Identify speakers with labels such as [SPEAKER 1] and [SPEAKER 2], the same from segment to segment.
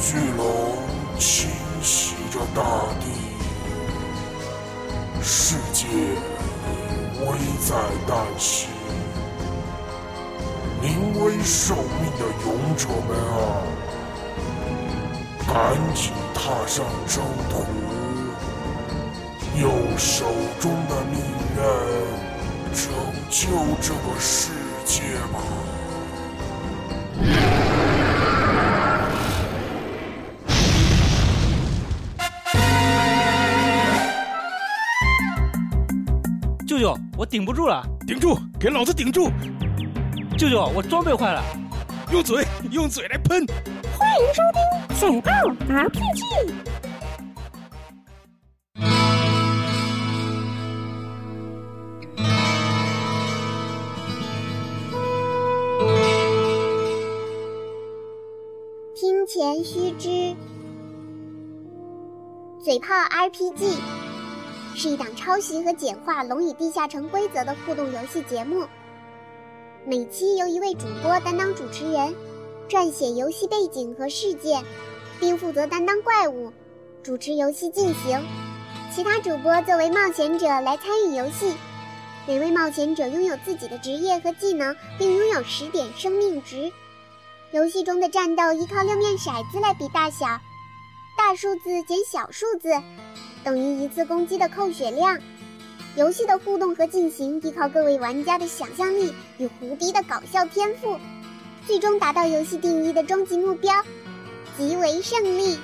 [SPEAKER 1] 巨龙侵袭着大地，世界危在旦夕。临危受命的勇者们啊，赶紧踏上征途，用手中的利刃拯救这个世界吧！
[SPEAKER 2] 舅舅，我顶不住了！
[SPEAKER 3] 顶住，给老子顶住！
[SPEAKER 2] 舅舅，我装备坏了！
[SPEAKER 3] 用嘴，用嘴来喷！
[SPEAKER 4] 欢迎收听《简报 RPG》。
[SPEAKER 5] 听前须知，嘴炮 RPG 是一档抄袭和简化《龙与地下城》规则的互动游戏节目。每期由一位主播担当主持人，撰写游戏背景和事件，并负责担当怪物，主持游戏进行。其他主播作为冒险者来参与游戏。每位冒险者拥有自己的职业和技能，并拥有十点生命值。游戏中的战斗依靠六面骰子来比大小，大数字减小数字等于一次攻击的扣血量。游戏的互动和进行依靠各位玩家的想象力与胡逼的搞笑天赋，最终达到游戏定义的终极目标，即为胜利。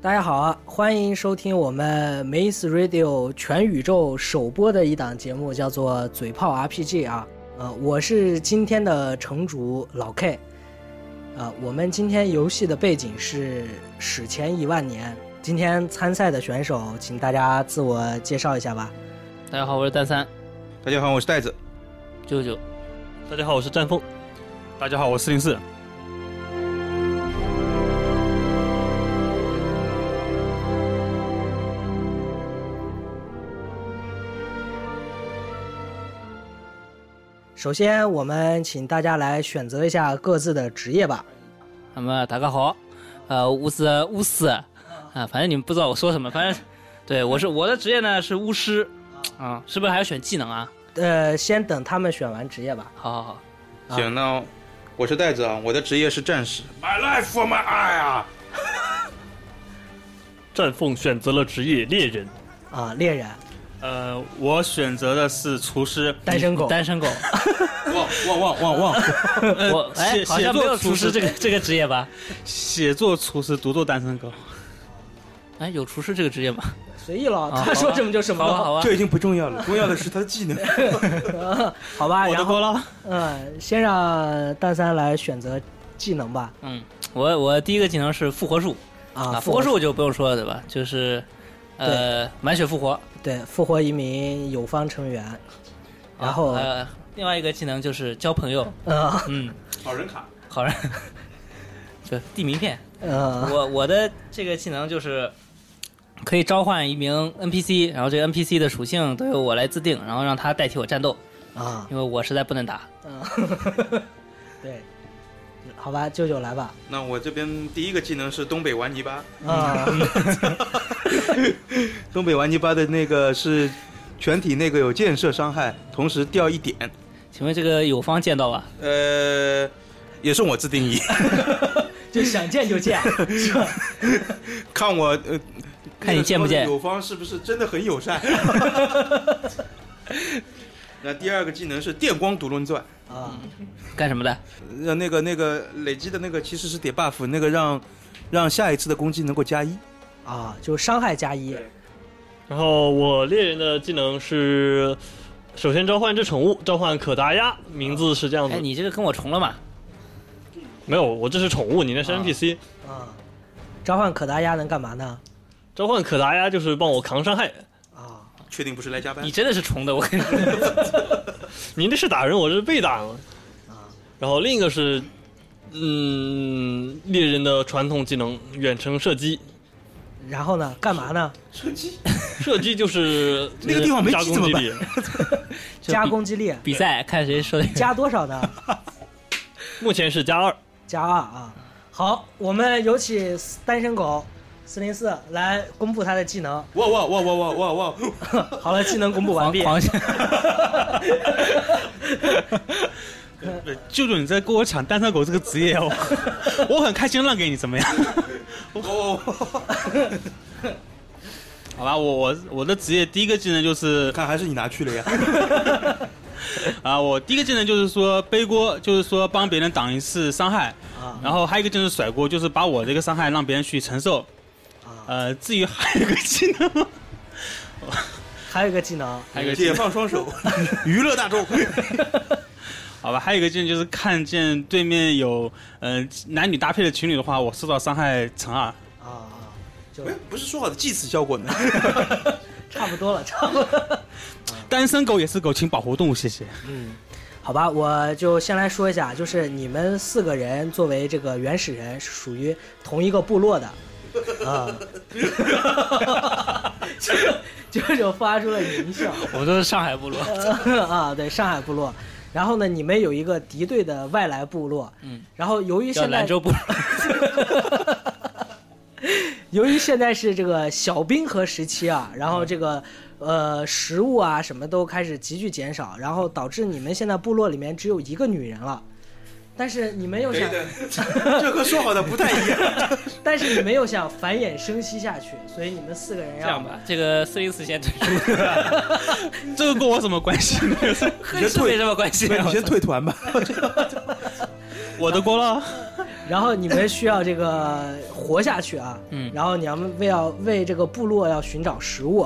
[SPEAKER 6] 大家好啊，欢迎收听我们 Maze Radio 全宇宙首播的一档节目，叫做《嘴炮 RPG》啊。呃，我是今天的城主老 K。呃，我们今天游戏的背景是史前一万年。今天参赛的选手，请大家自我介绍一下吧。
[SPEAKER 2] 大家好，我是蛋三
[SPEAKER 3] 大家好，我是袋子。
[SPEAKER 2] 舅舅。
[SPEAKER 7] 大家好，我是战风。
[SPEAKER 3] 大家好，我是四零四。
[SPEAKER 6] 首先，我们请大家来选择一下各自的职业吧。
[SPEAKER 2] 那么大家好，呃，我是巫师啊，反正你们不知道我说什么，反正对我是我的职业呢是巫师啊，是不是还要选技能啊？
[SPEAKER 6] 呃，先等他们选完职业吧。
[SPEAKER 2] 好好好，
[SPEAKER 6] 啊
[SPEAKER 3] 行，那我是袋子啊，我的职业是战士。My life for my eye 啊！
[SPEAKER 7] 战凤选择了职业猎人，
[SPEAKER 6] 啊，猎人，
[SPEAKER 8] 呃，我选择的是厨师，
[SPEAKER 6] 单身狗，
[SPEAKER 2] 单身狗，
[SPEAKER 3] 旺旺旺旺旺！
[SPEAKER 2] 我哎
[SPEAKER 8] 写
[SPEAKER 2] 好像没有
[SPEAKER 8] 写作厨
[SPEAKER 2] 厨师
[SPEAKER 8] 师
[SPEAKER 2] 这个这个职业吧？
[SPEAKER 8] 写作厨师，独奏单身狗。
[SPEAKER 2] 哎，有厨师这个职业吗？
[SPEAKER 6] 随意了，
[SPEAKER 2] 啊
[SPEAKER 6] 他
[SPEAKER 2] 好
[SPEAKER 6] 说
[SPEAKER 2] 吧
[SPEAKER 6] 什么就什么
[SPEAKER 2] 好吧啊好吧，
[SPEAKER 3] 这已经不重要了，重要的是他的技能。
[SPEAKER 6] 好
[SPEAKER 2] 啊
[SPEAKER 6] 吧，
[SPEAKER 8] 我的
[SPEAKER 6] 然后
[SPEAKER 8] 锅了，
[SPEAKER 6] 嗯，先让蛋三来选择技能吧。
[SPEAKER 2] 嗯，我我第一个技能是复活术
[SPEAKER 6] 啊，
[SPEAKER 2] 复活术就不用说了对吧？就是呃满血复活，
[SPEAKER 6] 对，复活一名友方成员，然后
[SPEAKER 2] 啊呃另外一个技能就是交朋 友，
[SPEAKER 6] 呃
[SPEAKER 2] 嗯，
[SPEAKER 8] 好人卡，
[SPEAKER 2] 好人，对递名片。
[SPEAKER 6] 呃
[SPEAKER 2] 我我的这个技能就是可以召唤一名 NPC，然后这个 NPC 的属性都由我来自定，然后让他代替我战斗，
[SPEAKER 6] 啊，
[SPEAKER 2] 因为我实在不能打。
[SPEAKER 6] 嗯 对，好吧，舅舅来吧。
[SPEAKER 3] 那我这边第一个技能是东北玩泥巴，
[SPEAKER 6] 啊，
[SPEAKER 2] 嗯
[SPEAKER 3] 东北玩泥巴的那个是全体那个有建设伤害，同时掉一点。
[SPEAKER 2] 请问这个友方见到吧？
[SPEAKER 3] 呃，也是我自定义。
[SPEAKER 6] 就想见 就见，是吧？
[SPEAKER 3] 看我呃，
[SPEAKER 2] 看你贱不贱
[SPEAKER 3] 友方是不是真的很友善？ 那第二个技能是电光独轮转，
[SPEAKER 6] 啊，
[SPEAKER 2] 干什么的？
[SPEAKER 3] 让那个那个累积的那个其实是叠 buff，那个让让下一次的攻击能够加一。
[SPEAKER 6] 啊，就伤害加一
[SPEAKER 7] 然后我猎人的技能是，首先召唤一只宠物，召唤可达鸭，名字是这样子
[SPEAKER 2] 哎，。你这个跟我重了嘛？
[SPEAKER 7] 没有，我这是宠物，你那是
[SPEAKER 6] 啊
[SPEAKER 7] NPC。
[SPEAKER 6] 啊。召唤可达鸭能干嘛呢？
[SPEAKER 7] 召唤可达鸭就是帮我扛伤害，
[SPEAKER 6] 啊，
[SPEAKER 3] 确定不是来加班
[SPEAKER 2] 你？真的是重的，我跟你说。
[SPEAKER 7] 你那是打人，我这是被打了。然后另一个是，嗯，猎人的传统技能远程射击，
[SPEAKER 6] 然后呢？干嘛呢？
[SPEAKER 7] 射击就是
[SPEAKER 3] 那个地方没
[SPEAKER 7] 加
[SPEAKER 3] 击
[SPEAKER 7] 攻
[SPEAKER 3] 怎
[SPEAKER 7] 击
[SPEAKER 3] 么
[SPEAKER 7] 力，
[SPEAKER 2] 就
[SPEAKER 6] 加
[SPEAKER 2] 比
[SPEAKER 6] 攻 击力，
[SPEAKER 2] 比赛看谁说的。
[SPEAKER 6] 加多少呢？
[SPEAKER 7] 目前是加二。
[SPEAKER 6] 加二啊。好，我们有请单身狗四零四来公布他的技能。
[SPEAKER 3] 哇哇哇哇哇哇哇！
[SPEAKER 6] 好了，技能公布完
[SPEAKER 2] 狂
[SPEAKER 6] 毕。
[SPEAKER 2] 狂
[SPEAKER 8] 呃舅舅，你在跟我抢单身狗这个职业哦， 我很开心让给你，怎么样？
[SPEAKER 3] 哦
[SPEAKER 8] 好吧，我我我的职业第一个技能就是
[SPEAKER 3] 看还是你拿去了呀。
[SPEAKER 8] 啊，我第一个技能就是说背锅，就是说帮别人挡一次伤害，
[SPEAKER 6] 啊
[SPEAKER 8] 然后还有一个技能是甩锅，就是把我这个伤害让别人去承受。
[SPEAKER 6] 啊！
[SPEAKER 8] 呃，至于还有一个技能，
[SPEAKER 6] 还有一个技能
[SPEAKER 8] 还有一个技
[SPEAKER 3] 解
[SPEAKER 8] 能，
[SPEAKER 3] 放双 手，娱乐大众。
[SPEAKER 8] 好吧，还有一个技能就是看见对面有呃男女搭配的情侣的话，我受到伤害乘二。
[SPEAKER 6] 啊啊，就
[SPEAKER 3] 哎不是说好的祭祀效果呢？
[SPEAKER 6] 差不多了，差不多了。
[SPEAKER 8] 单身狗也是狗，请保护动物，谢谢。
[SPEAKER 6] 嗯，好吧，我就先来说一下，就是你们四个人作为这个原始人，是属于同一个部落的， 啊、 就 就就发出了淫笑
[SPEAKER 2] 我们都是上海部落，
[SPEAKER 6] 啊，对，上海部落。然后呢，你们有一个敌对的外来部落，嗯，然后由于
[SPEAKER 2] 叫
[SPEAKER 6] 现在
[SPEAKER 2] 兰州部落。
[SPEAKER 6] 由于现在是这个小冰河时期啊，然后这个呃食物啊什么都开始急剧减少，然后导致你们现在部落里面只有一个女人了。但是你们又
[SPEAKER 3] 对
[SPEAKER 6] 想，
[SPEAKER 3] 的，这和说好的不太一样。
[SPEAKER 6] 但是你们又想繁衍生息下去，所以你们四个人
[SPEAKER 2] 这
[SPEAKER 6] 要
[SPEAKER 2] 样吧，这个四零四先退出，
[SPEAKER 8] 这个跟 我什么关系？没有
[SPEAKER 2] 跟是没什么关系。啊
[SPEAKER 3] 你先退团 吧。
[SPEAKER 8] 我的锅了。
[SPEAKER 6] 然后你们需要这个活下去啊，
[SPEAKER 2] 嗯
[SPEAKER 6] 然后你要为要为这个部落要寻找食物，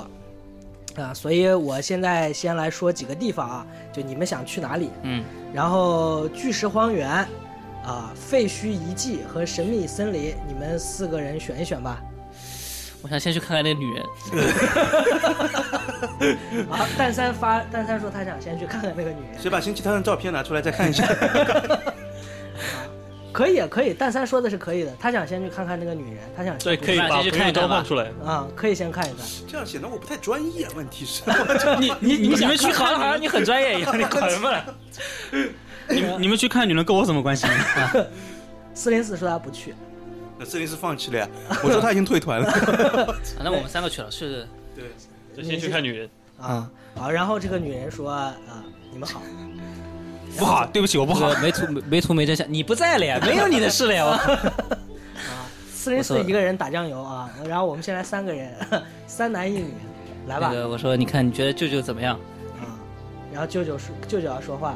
[SPEAKER 6] 啊，所以我现在先来说几个地方啊，就你们想去哪里，
[SPEAKER 2] 嗯，
[SPEAKER 6] 然后巨石荒原，啊，废墟遗迹和神秘森林，你们四个人选一选 吧。
[SPEAKER 2] 我想先去看看那个女人，
[SPEAKER 6] 啊，蛋三发，蛋三说他想先去看看那个女人，
[SPEAKER 3] 谁把星期天的照片拿出来再看一下？
[SPEAKER 6] 可以啊可以，蛋三说的是可以的，他想先去看看那个女人，他想
[SPEAKER 7] 对，可以
[SPEAKER 2] 我们俩
[SPEAKER 7] 把
[SPEAKER 2] 先去
[SPEAKER 7] 朋
[SPEAKER 2] 看
[SPEAKER 7] 友
[SPEAKER 2] 一看
[SPEAKER 7] 召
[SPEAKER 2] 吧
[SPEAKER 7] 唤出来。
[SPEAKER 6] 啊，可以先看一看。
[SPEAKER 3] 这样显得我不太专业。问题是，
[SPEAKER 8] 你你你
[SPEAKER 2] 你
[SPEAKER 8] 们去
[SPEAKER 2] 去好像好
[SPEAKER 8] 看
[SPEAKER 2] 像你很专业一样，你搞什么了？
[SPEAKER 8] 你们 你们去看女人跟我什么关系？
[SPEAKER 6] 四零四说他不去，
[SPEAKER 3] 那这里是放弃了呀？我说他已经退团了。
[SPEAKER 2] 啊那我们三个去了，是
[SPEAKER 3] 对，
[SPEAKER 7] 就先去看女人，
[SPEAKER 6] 啊，好，然后这个女人说啊，你们好，
[SPEAKER 8] 不好，对不起，我不
[SPEAKER 2] 这
[SPEAKER 8] 好。
[SPEAKER 2] 个没图没图没真相，你不在了呀，没有你的事了呀。 我
[SPEAKER 6] 四零四一个人打酱油啊，然后我们现在三个人， 三男一女，来吧
[SPEAKER 2] 那，个我说，你看你觉得舅舅怎么样？
[SPEAKER 6] 啊，然后舅舅说舅舅要说话，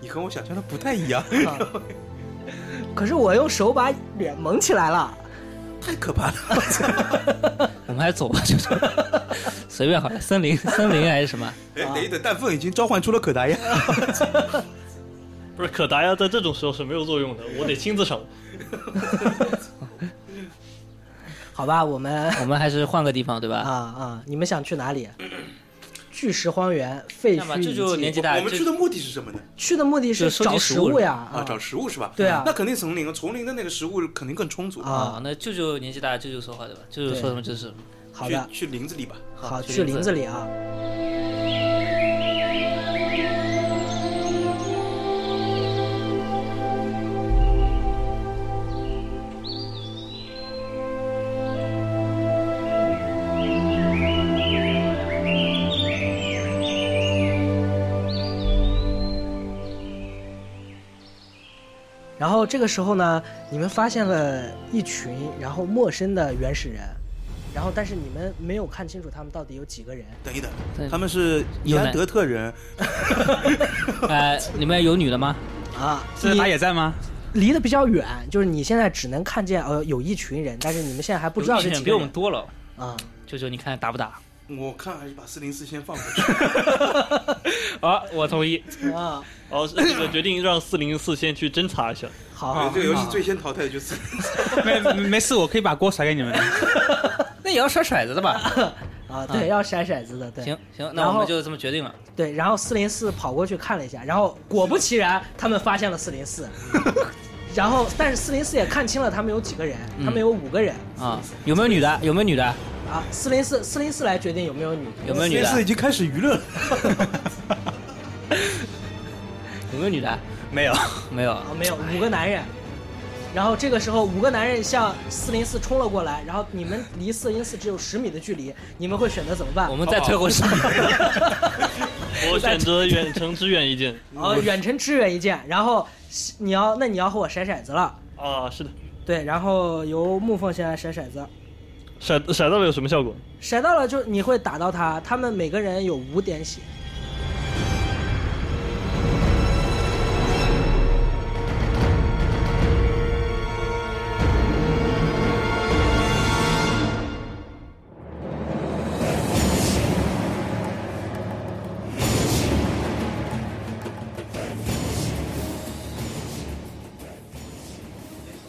[SPEAKER 3] 你和我想象的不太一样，
[SPEAKER 6] 啊可是我用手把脸蒙起来了，
[SPEAKER 3] 太可怕了。
[SPEAKER 2] 我们还走吧，舅舅，随便好了，森林森林还是什么？
[SPEAKER 3] 哎，等一等，蛋凤已经召唤出了可达鸭。
[SPEAKER 7] 不是可达鸭在这种时候是没有作用的，我得亲自上。
[SPEAKER 6] 好吧，我们
[SPEAKER 2] 我们还是换个地方对
[SPEAKER 6] 啊
[SPEAKER 2] 吧？
[SPEAKER 6] 啊，你们想去哪里？ 巨石荒原、废
[SPEAKER 2] 这样吧，
[SPEAKER 6] 墟
[SPEAKER 2] 舅舅
[SPEAKER 6] 遗
[SPEAKER 2] 年
[SPEAKER 6] 迹，
[SPEAKER 2] 纪大，
[SPEAKER 3] 我们
[SPEAKER 2] 舅
[SPEAKER 3] 去的目的是什么呢？
[SPEAKER 6] 去的目的是
[SPEAKER 2] 就收集
[SPEAKER 6] 找
[SPEAKER 2] 食
[SPEAKER 6] 食
[SPEAKER 2] 物
[SPEAKER 6] 物
[SPEAKER 2] 了
[SPEAKER 6] 呀
[SPEAKER 3] 啊，找食物是吧？
[SPEAKER 6] 对啊
[SPEAKER 3] 那肯定丛林啊，丛林的那个食物肯定更充足。
[SPEAKER 2] 啊
[SPEAKER 6] 啊，，
[SPEAKER 2] 那舅舅年纪大，舅舅说话对吧？舅舅
[SPEAKER 6] 对
[SPEAKER 2] 说什么就是什么。
[SPEAKER 6] 好
[SPEAKER 3] 去
[SPEAKER 6] 的，
[SPEAKER 3] 去林子里吧。
[SPEAKER 6] 好，
[SPEAKER 2] 去
[SPEAKER 6] 去
[SPEAKER 2] 林
[SPEAKER 6] 林
[SPEAKER 2] 子
[SPEAKER 6] 子里啊。然后这个时候呢，你们发现了一群然后陌生的原始人，然后但是你们没有看清楚他们到底有几个人。
[SPEAKER 3] 等一等
[SPEAKER 2] 对，
[SPEAKER 3] 他们是伊
[SPEAKER 2] 有
[SPEAKER 3] 兰
[SPEAKER 2] 奶
[SPEAKER 3] 德特人，
[SPEAKER 2] 呃，里面有女的吗？
[SPEAKER 6] 啊，
[SPEAKER 8] 是打野战吗？
[SPEAKER 6] 离得比较远，就是你现在只能看见呃有一群人，但是你们现在还不知道是
[SPEAKER 2] 有一群人
[SPEAKER 6] 几个
[SPEAKER 2] 比我们
[SPEAKER 6] 人
[SPEAKER 2] 多了。哦
[SPEAKER 6] 啊。
[SPEAKER 2] 舅舅，你看打不打？
[SPEAKER 3] 我看还是把四零四先放过去。
[SPEAKER 2] 啊，我同意。
[SPEAKER 6] 啊，
[SPEAKER 7] 然后这个决定让四零四先去侦查一下。
[SPEAKER 6] 好，
[SPEAKER 3] 这个游戏
[SPEAKER 6] 啊
[SPEAKER 3] 最先淘汰的就是
[SPEAKER 8] 没没没事，我可以把锅甩给你们。
[SPEAKER 2] 那也要甩骰子的吧？
[SPEAKER 6] 啊，对，要筛骰子的，对，
[SPEAKER 2] 行行，那
[SPEAKER 6] 然
[SPEAKER 2] 我
[SPEAKER 6] 后
[SPEAKER 2] 们就这么决定了。
[SPEAKER 6] 对。然后四零四跑过去看了一下，然后果不其然，他们发现了四 零四，然后但是四零四也看清了他们有几个人，
[SPEAKER 2] 嗯
[SPEAKER 6] 他们有五个人
[SPEAKER 2] 啊，有没有女的？有没有女的？
[SPEAKER 6] 啊。四零四四零四来决定有没有女，
[SPEAKER 2] 有没有女
[SPEAKER 3] 四零四已
[SPEAKER 2] 的？
[SPEAKER 3] 经开始娱乐了。
[SPEAKER 2] 有没有女的？
[SPEAKER 8] 没有，
[SPEAKER 2] 没有。
[SPEAKER 6] 啊，没有五个男人。然后这个时候，五个男人向四零四冲了过来，然后你们离四零四只有十米的距离，你们会选择怎么办？哦
[SPEAKER 2] 我们再退回十米。
[SPEAKER 7] 我选 择远程支援一件。
[SPEAKER 6] 哦，远程支援一件，然后你要那你要和我甩骰子了，
[SPEAKER 7] 啊，是的，
[SPEAKER 6] 对，然后由木凤先来甩骰子，
[SPEAKER 7] 骰骰到了有什么效果？
[SPEAKER 6] 甩到了就你会打到他，他们每个人有五点 血，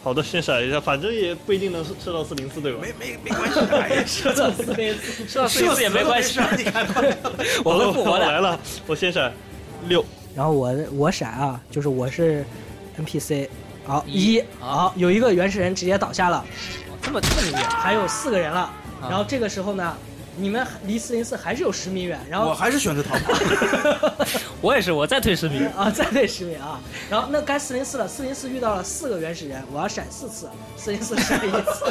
[SPEAKER 7] 好的，先骰一下，反正也不一定能射到四零四，对吧？
[SPEAKER 3] 没没没关系，哎呀， 射
[SPEAKER 6] 这四零四
[SPEAKER 2] 射到四也没关 系
[SPEAKER 3] 死。了都没事你看到没有
[SPEAKER 2] 我
[SPEAKER 7] 好的
[SPEAKER 2] 会复活
[SPEAKER 7] 哦我
[SPEAKER 2] 的。
[SPEAKER 7] 来了，我先骰六，
[SPEAKER 6] 然后我我闪啊，就是我是 NPC，好
[SPEAKER 2] 一
[SPEAKER 6] 一，好有一个原始人直接倒下了，
[SPEAKER 2] 这么这么牛逼啊！
[SPEAKER 6] 还有四个人了，然后这个时候呢，你们离四零四还是有十米远，然
[SPEAKER 3] 我
[SPEAKER 6] 后
[SPEAKER 3] 还是选择逃跑。
[SPEAKER 2] 我也是，我再退十米。
[SPEAKER 6] 啊再对十米啊，然后那该四零四了，四零四遇到了四个原始人，我要闪四次，四零四闪一次，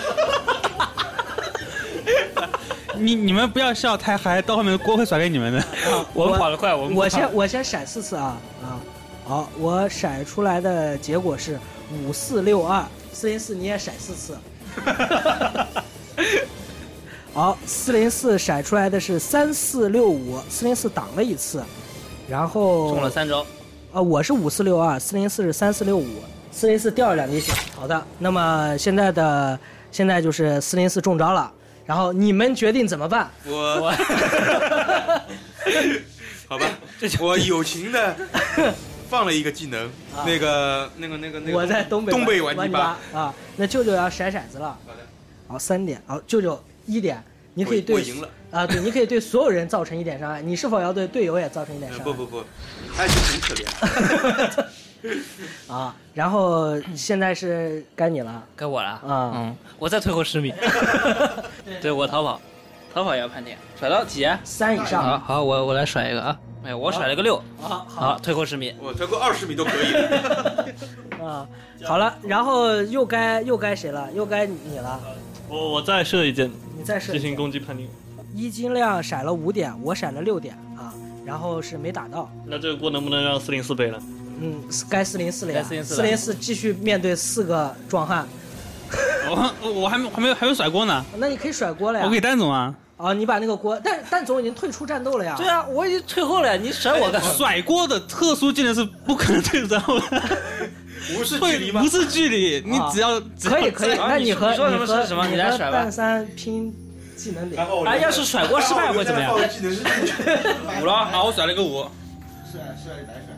[SPEAKER 8] 你你们不要笑太嗨，到后面锅会甩给你们的。
[SPEAKER 2] 我们跑得快，我们
[SPEAKER 6] 我
[SPEAKER 2] 不怕
[SPEAKER 6] 先我先闪四次啊啊！好，我闪出来的结果是五四六二，四零四你也闪四次。好，四零四闪出来的是三四六五，四零四挡了一次，然后
[SPEAKER 2] 中了三招。
[SPEAKER 6] 啊，我是五四六二，四零四是三四六五，四零四掉了两滴血。好的，那么现在的现在就是四零四中招了，然后你们决定怎么办？
[SPEAKER 3] 我， 好吧，我友情的放了一个技能，那个那个那个那个，
[SPEAKER 6] 啊我在东北
[SPEAKER 3] 东北
[SPEAKER 6] 玩
[SPEAKER 3] 玩
[SPEAKER 6] 泥
[SPEAKER 3] 泥
[SPEAKER 6] 巴
[SPEAKER 3] 巴。
[SPEAKER 6] 啊，那舅舅要甩骰子了。好
[SPEAKER 3] 的。
[SPEAKER 6] 好，三点。好，舅舅一点，你可以
[SPEAKER 3] 我
[SPEAKER 6] 对
[SPEAKER 3] 我赢了
[SPEAKER 6] 啊，对，你可以对所有人造成一点伤害。你是否要对队友也造成一点
[SPEAKER 3] 呃
[SPEAKER 6] 伤害？
[SPEAKER 3] 不不不，爱情很可 怜。
[SPEAKER 6] 啊，然后现在是该你 了。
[SPEAKER 2] 该我了
[SPEAKER 6] 啊
[SPEAKER 2] 嗯，我再退后十米。对，我逃跑，逃跑也要判定，甩到几？
[SPEAKER 6] 三以
[SPEAKER 2] 好
[SPEAKER 6] 上。
[SPEAKER 2] 好，我我来甩一个啊！哎，我甩了个六，
[SPEAKER 6] 好
[SPEAKER 2] 好，退后十米。
[SPEAKER 3] 我超过二十米都可以了。
[SPEAKER 6] 啊，好了，然后又该又该谁了？又该你了。
[SPEAKER 7] 哦我我再射一件，
[SPEAKER 6] 你再试
[SPEAKER 7] 进
[SPEAKER 6] 一
[SPEAKER 7] 行
[SPEAKER 6] 下。
[SPEAKER 7] 攻击判定。
[SPEAKER 6] 一金亮闪了五点，我闪了六点啊，然后是没打到。
[SPEAKER 7] 那这个锅能不能让四零四背了？
[SPEAKER 6] 嗯，该四零四了呀。
[SPEAKER 2] 该404
[SPEAKER 6] 四
[SPEAKER 2] 了
[SPEAKER 6] 零四继续面对四个壮汉，
[SPEAKER 8] 我我还没还没还没甩锅呢，
[SPEAKER 6] 那你可以甩锅了呀。
[SPEAKER 8] 我给蛋总啊，
[SPEAKER 6] 啊，你把那个锅，但但总已经退出战斗了呀。
[SPEAKER 2] 对啊，我已经退后了，你哎甩我干嘛？
[SPEAKER 8] 甩锅的特殊技能是不可能退战的，
[SPEAKER 3] 无视距
[SPEAKER 8] 会
[SPEAKER 3] 离吗
[SPEAKER 8] 无？视距离，你只要只
[SPEAKER 6] 啊可以
[SPEAKER 8] 要
[SPEAKER 6] 可以，
[SPEAKER 2] 啊
[SPEAKER 6] 那
[SPEAKER 2] 你
[SPEAKER 6] 和
[SPEAKER 2] 你说
[SPEAKER 6] 你
[SPEAKER 2] 什么
[SPEAKER 6] 和
[SPEAKER 2] 是什么
[SPEAKER 6] 你
[SPEAKER 2] 你来
[SPEAKER 6] 和
[SPEAKER 2] 甩吧
[SPEAKER 6] 蛋三拼技能点
[SPEAKER 3] 然，后我
[SPEAKER 2] 哎，要是甩锅失败会怎么样？
[SPEAKER 3] 然后我就在放技能 是
[SPEAKER 8] 五了啊，我甩了个五，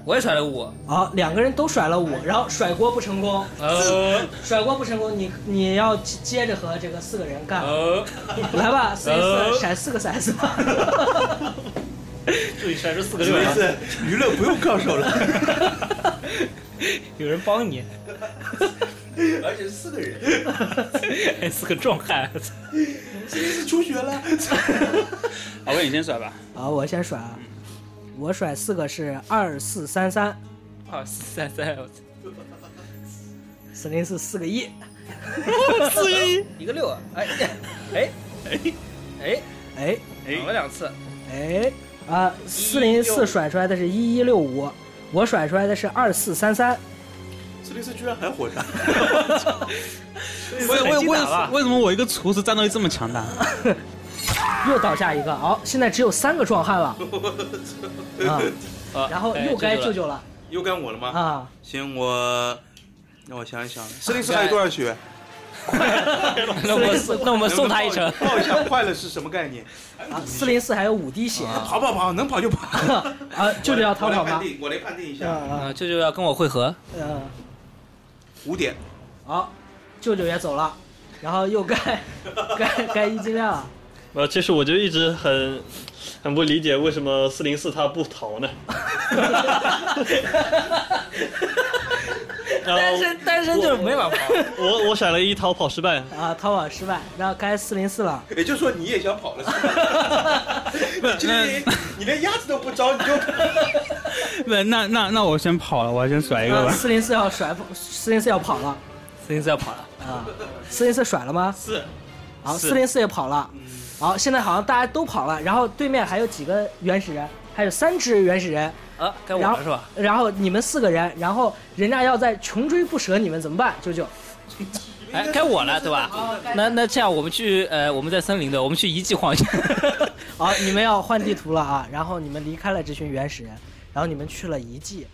[SPEAKER 2] 我也甩了个五。
[SPEAKER 6] 好，两个人都甩了五，然后甩锅不成功，
[SPEAKER 2] 呃
[SPEAKER 6] 甩锅不成功，你你要接着和这个四个人干，
[SPEAKER 2] 呃，
[SPEAKER 6] 来吧，四零
[SPEAKER 2] 呃
[SPEAKER 6] 四闪四个骰子，
[SPEAKER 2] 注意甩出四个
[SPEAKER 3] 什
[SPEAKER 2] 六
[SPEAKER 3] 么
[SPEAKER 2] 啊
[SPEAKER 3] 意！思？娱乐不用高手了，
[SPEAKER 2] 有人帮你，
[SPEAKER 3] 而且是四个人，
[SPEAKER 2] 哎，四个壮汉。
[SPEAKER 3] 今天是出学了。
[SPEAKER 8] 我给你先甩吧，
[SPEAKER 6] 好，我先甩啊，我甩四个是二四三三，
[SPEAKER 2] 二四三三，我操
[SPEAKER 6] 四零四四个一，
[SPEAKER 2] 一个六啊！哎哎哎
[SPEAKER 6] 哎
[SPEAKER 2] 哎，挡了两次。
[SPEAKER 6] 哎啊，四零四甩出来的是一一六五，我甩出来的是二四三三。
[SPEAKER 3] 史律斯居然还 活着，
[SPEAKER 8] 为为为
[SPEAKER 3] 打吧
[SPEAKER 8] 啊为什么我一个厨师战斗力这么强 大？
[SPEAKER 6] 又倒下一个，好、现在只有三个壮汉了，啊，
[SPEAKER 2] 啊
[SPEAKER 6] 然后
[SPEAKER 2] 哎
[SPEAKER 6] 又该
[SPEAKER 2] 救
[SPEAKER 6] 舅舅了
[SPEAKER 3] 又该我了吗？
[SPEAKER 6] 啊，
[SPEAKER 3] 行，我让我想一想，史律斯还有多少血？
[SPEAKER 2] 了 那我送那我们送他 一程
[SPEAKER 3] 能。不能抱一下快乐是什么 概念？
[SPEAKER 6] 啊，四零四还有五滴血，啊，
[SPEAKER 3] 跑跑跑，能跑就跑。
[SPEAKER 6] 舅舅要逃跑
[SPEAKER 3] 我来判
[SPEAKER 6] 吗？
[SPEAKER 3] 定，我来判定一下，
[SPEAKER 6] 嗯
[SPEAKER 2] 啊，舅舅要跟我会 合，
[SPEAKER 6] 嗯，
[SPEAKER 3] 五点。
[SPEAKER 6] 好，舅舅也走了，然后又该该该一金亮了，
[SPEAKER 7] 呃，其实我就一直很很不理解为什么四零四他不 逃呢？然
[SPEAKER 2] 单
[SPEAKER 7] 后
[SPEAKER 2] 身单身就是没法跑。
[SPEAKER 7] 我我想了一逃跑失败，
[SPEAKER 6] 啊，逃跑失败，然后该四零四了，
[SPEAKER 3] 也就是说你也想跑了是吧？就是你你连鸭子都不招，你就
[SPEAKER 8] 那那那那我先跑了，我先甩一个
[SPEAKER 6] 啊，
[SPEAKER 8] 吧。
[SPEAKER 6] 四零四要甩，四零四要跑了，
[SPEAKER 2] 四零四要跑了，
[SPEAKER 6] 啊，四零四甩了吗？
[SPEAKER 7] 是
[SPEAKER 6] 好，
[SPEAKER 7] 是
[SPEAKER 6] 四零四也跑了。好，现在好像大家都跑了，然后对面还有几个原始人，还有三只原始人，
[SPEAKER 2] 啊，该我
[SPEAKER 6] 然
[SPEAKER 2] 了
[SPEAKER 6] 后
[SPEAKER 2] 是吧？？
[SPEAKER 6] 然后你们四个人，然后人家要再穷追不舍，你们怎么办？舅舅，
[SPEAKER 2] 哎，该我了对吧？那那这样我们去呃，我们在森林的，我们去遗迹晃一下。
[SPEAKER 6] 好，你们要换地图了啊！然后你们离开了这群原始人，然后你们去了遗迹。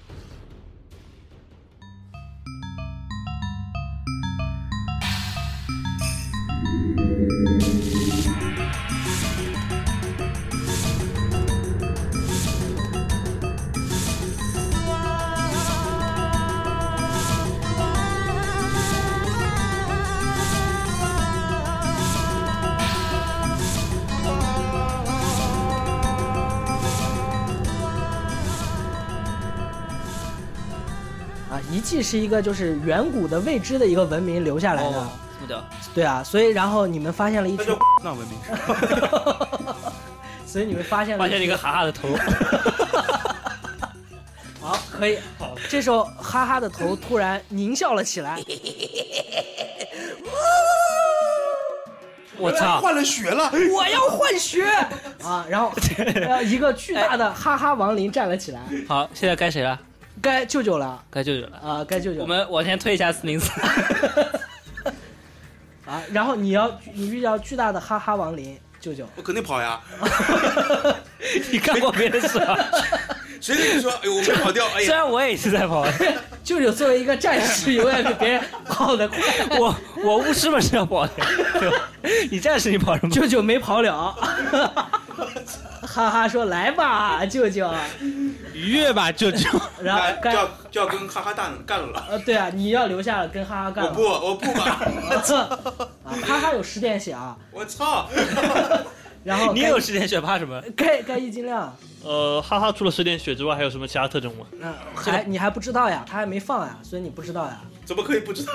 [SPEAKER 6] 啊，遗迹是一个就是远古的未知的一个文明留下来的，
[SPEAKER 2] 哦，这么屌，
[SPEAKER 6] 对啊，所以然后你们发现了一
[SPEAKER 3] 那
[SPEAKER 6] 群
[SPEAKER 3] 就，那文明。
[SPEAKER 6] 所以你们发现了
[SPEAKER 2] 发现了
[SPEAKER 6] 群
[SPEAKER 2] 一个哈哈的头。
[SPEAKER 6] 好，可以。这时候哈哈的头突然狞笑了起来，
[SPEAKER 2] 我操！
[SPEAKER 3] 换了血了，
[SPEAKER 6] 我要换血啊！然后 呃一个巨大的哈哈亡灵站了起来，
[SPEAKER 2] 好，现在该谁了？
[SPEAKER 6] 该舅舅了
[SPEAKER 2] 该舅舅了。
[SPEAKER 6] 啊、该舅舅了。
[SPEAKER 2] 我们往前推一下四零 四。
[SPEAKER 6] 啊，然后你要你遇到巨大的哈哈亡灵舅 舅，
[SPEAKER 3] 我肯定跑呀！
[SPEAKER 2] 你干过别的事吗？
[SPEAKER 3] 谁跟你说？哎呦，我没跑掉！哎
[SPEAKER 2] 虽
[SPEAKER 3] 呀，
[SPEAKER 2] 然我也是在跑，
[SPEAKER 6] 舅舅作为一个战士，永远比别人跑得快。
[SPEAKER 2] 我我巫师嘛是要跑的，对吧？你战士你跑什么？
[SPEAKER 6] 舅舅没跑 了，哈哈说来吧，舅舅。
[SPEAKER 8] 愉悦 吧，舅舅。
[SPEAKER 6] 然
[SPEAKER 3] 那
[SPEAKER 6] 后
[SPEAKER 3] 就
[SPEAKER 6] 该
[SPEAKER 3] 要就要跟哈哈蛋干了。
[SPEAKER 6] 呃对啊，你要留下了跟哈哈干
[SPEAKER 3] 我不，
[SPEAKER 6] 了。
[SPEAKER 3] 我不吧！
[SPEAKER 6] 啊，哈哈有十点血啊，
[SPEAKER 3] 我操！
[SPEAKER 6] 然后
[SPEAKER 2] 你
[SPEAKER 6] 该
[SPEAKER 2] 也有时间血怕什么？
[SPEAKER 6] 该该一斤 量，
[SPEAKER 7] 呃，哈哈，除了十点血之外，还有什么其他特征吗？
[SPEAKER 6] 嗯、还你还不知道呀，他还没放呀，所以你不知道 呀。
[SPEAKER 3] 怎么可以不知道？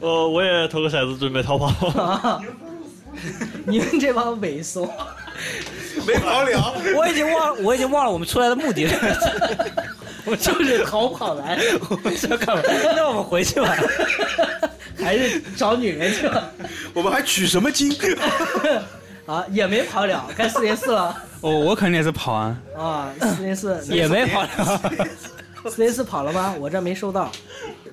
[SPEAKER 7] 呃，我也投个骰子准备逃跑。
[SPEAKER 6] 啊，你们这帮猥琐。
[SPEAKER 3] 没跑了。
[SPEAKER 2] 我已经忘了，我已经忘了我们出来的目的 了。
[SPEAKER 6] 我就是逃跑来，
[SPEAKER 2] 我们是要干嘛？那我们回去吧。
[SPEAKER 6] 还是找女人去了
[SPEAKER 3] 我们还取什么经？
[SPEAKER 6] 啊？也没跑了，该四零四了
[SPEAKER 8] 我我肯定也是跑啊。
[SPEAKER 6] 啊！四零四，
[SPEAKER 2] 也没跑了，
[SPEAKER 6] 四零四跑了吗？我这没 收到，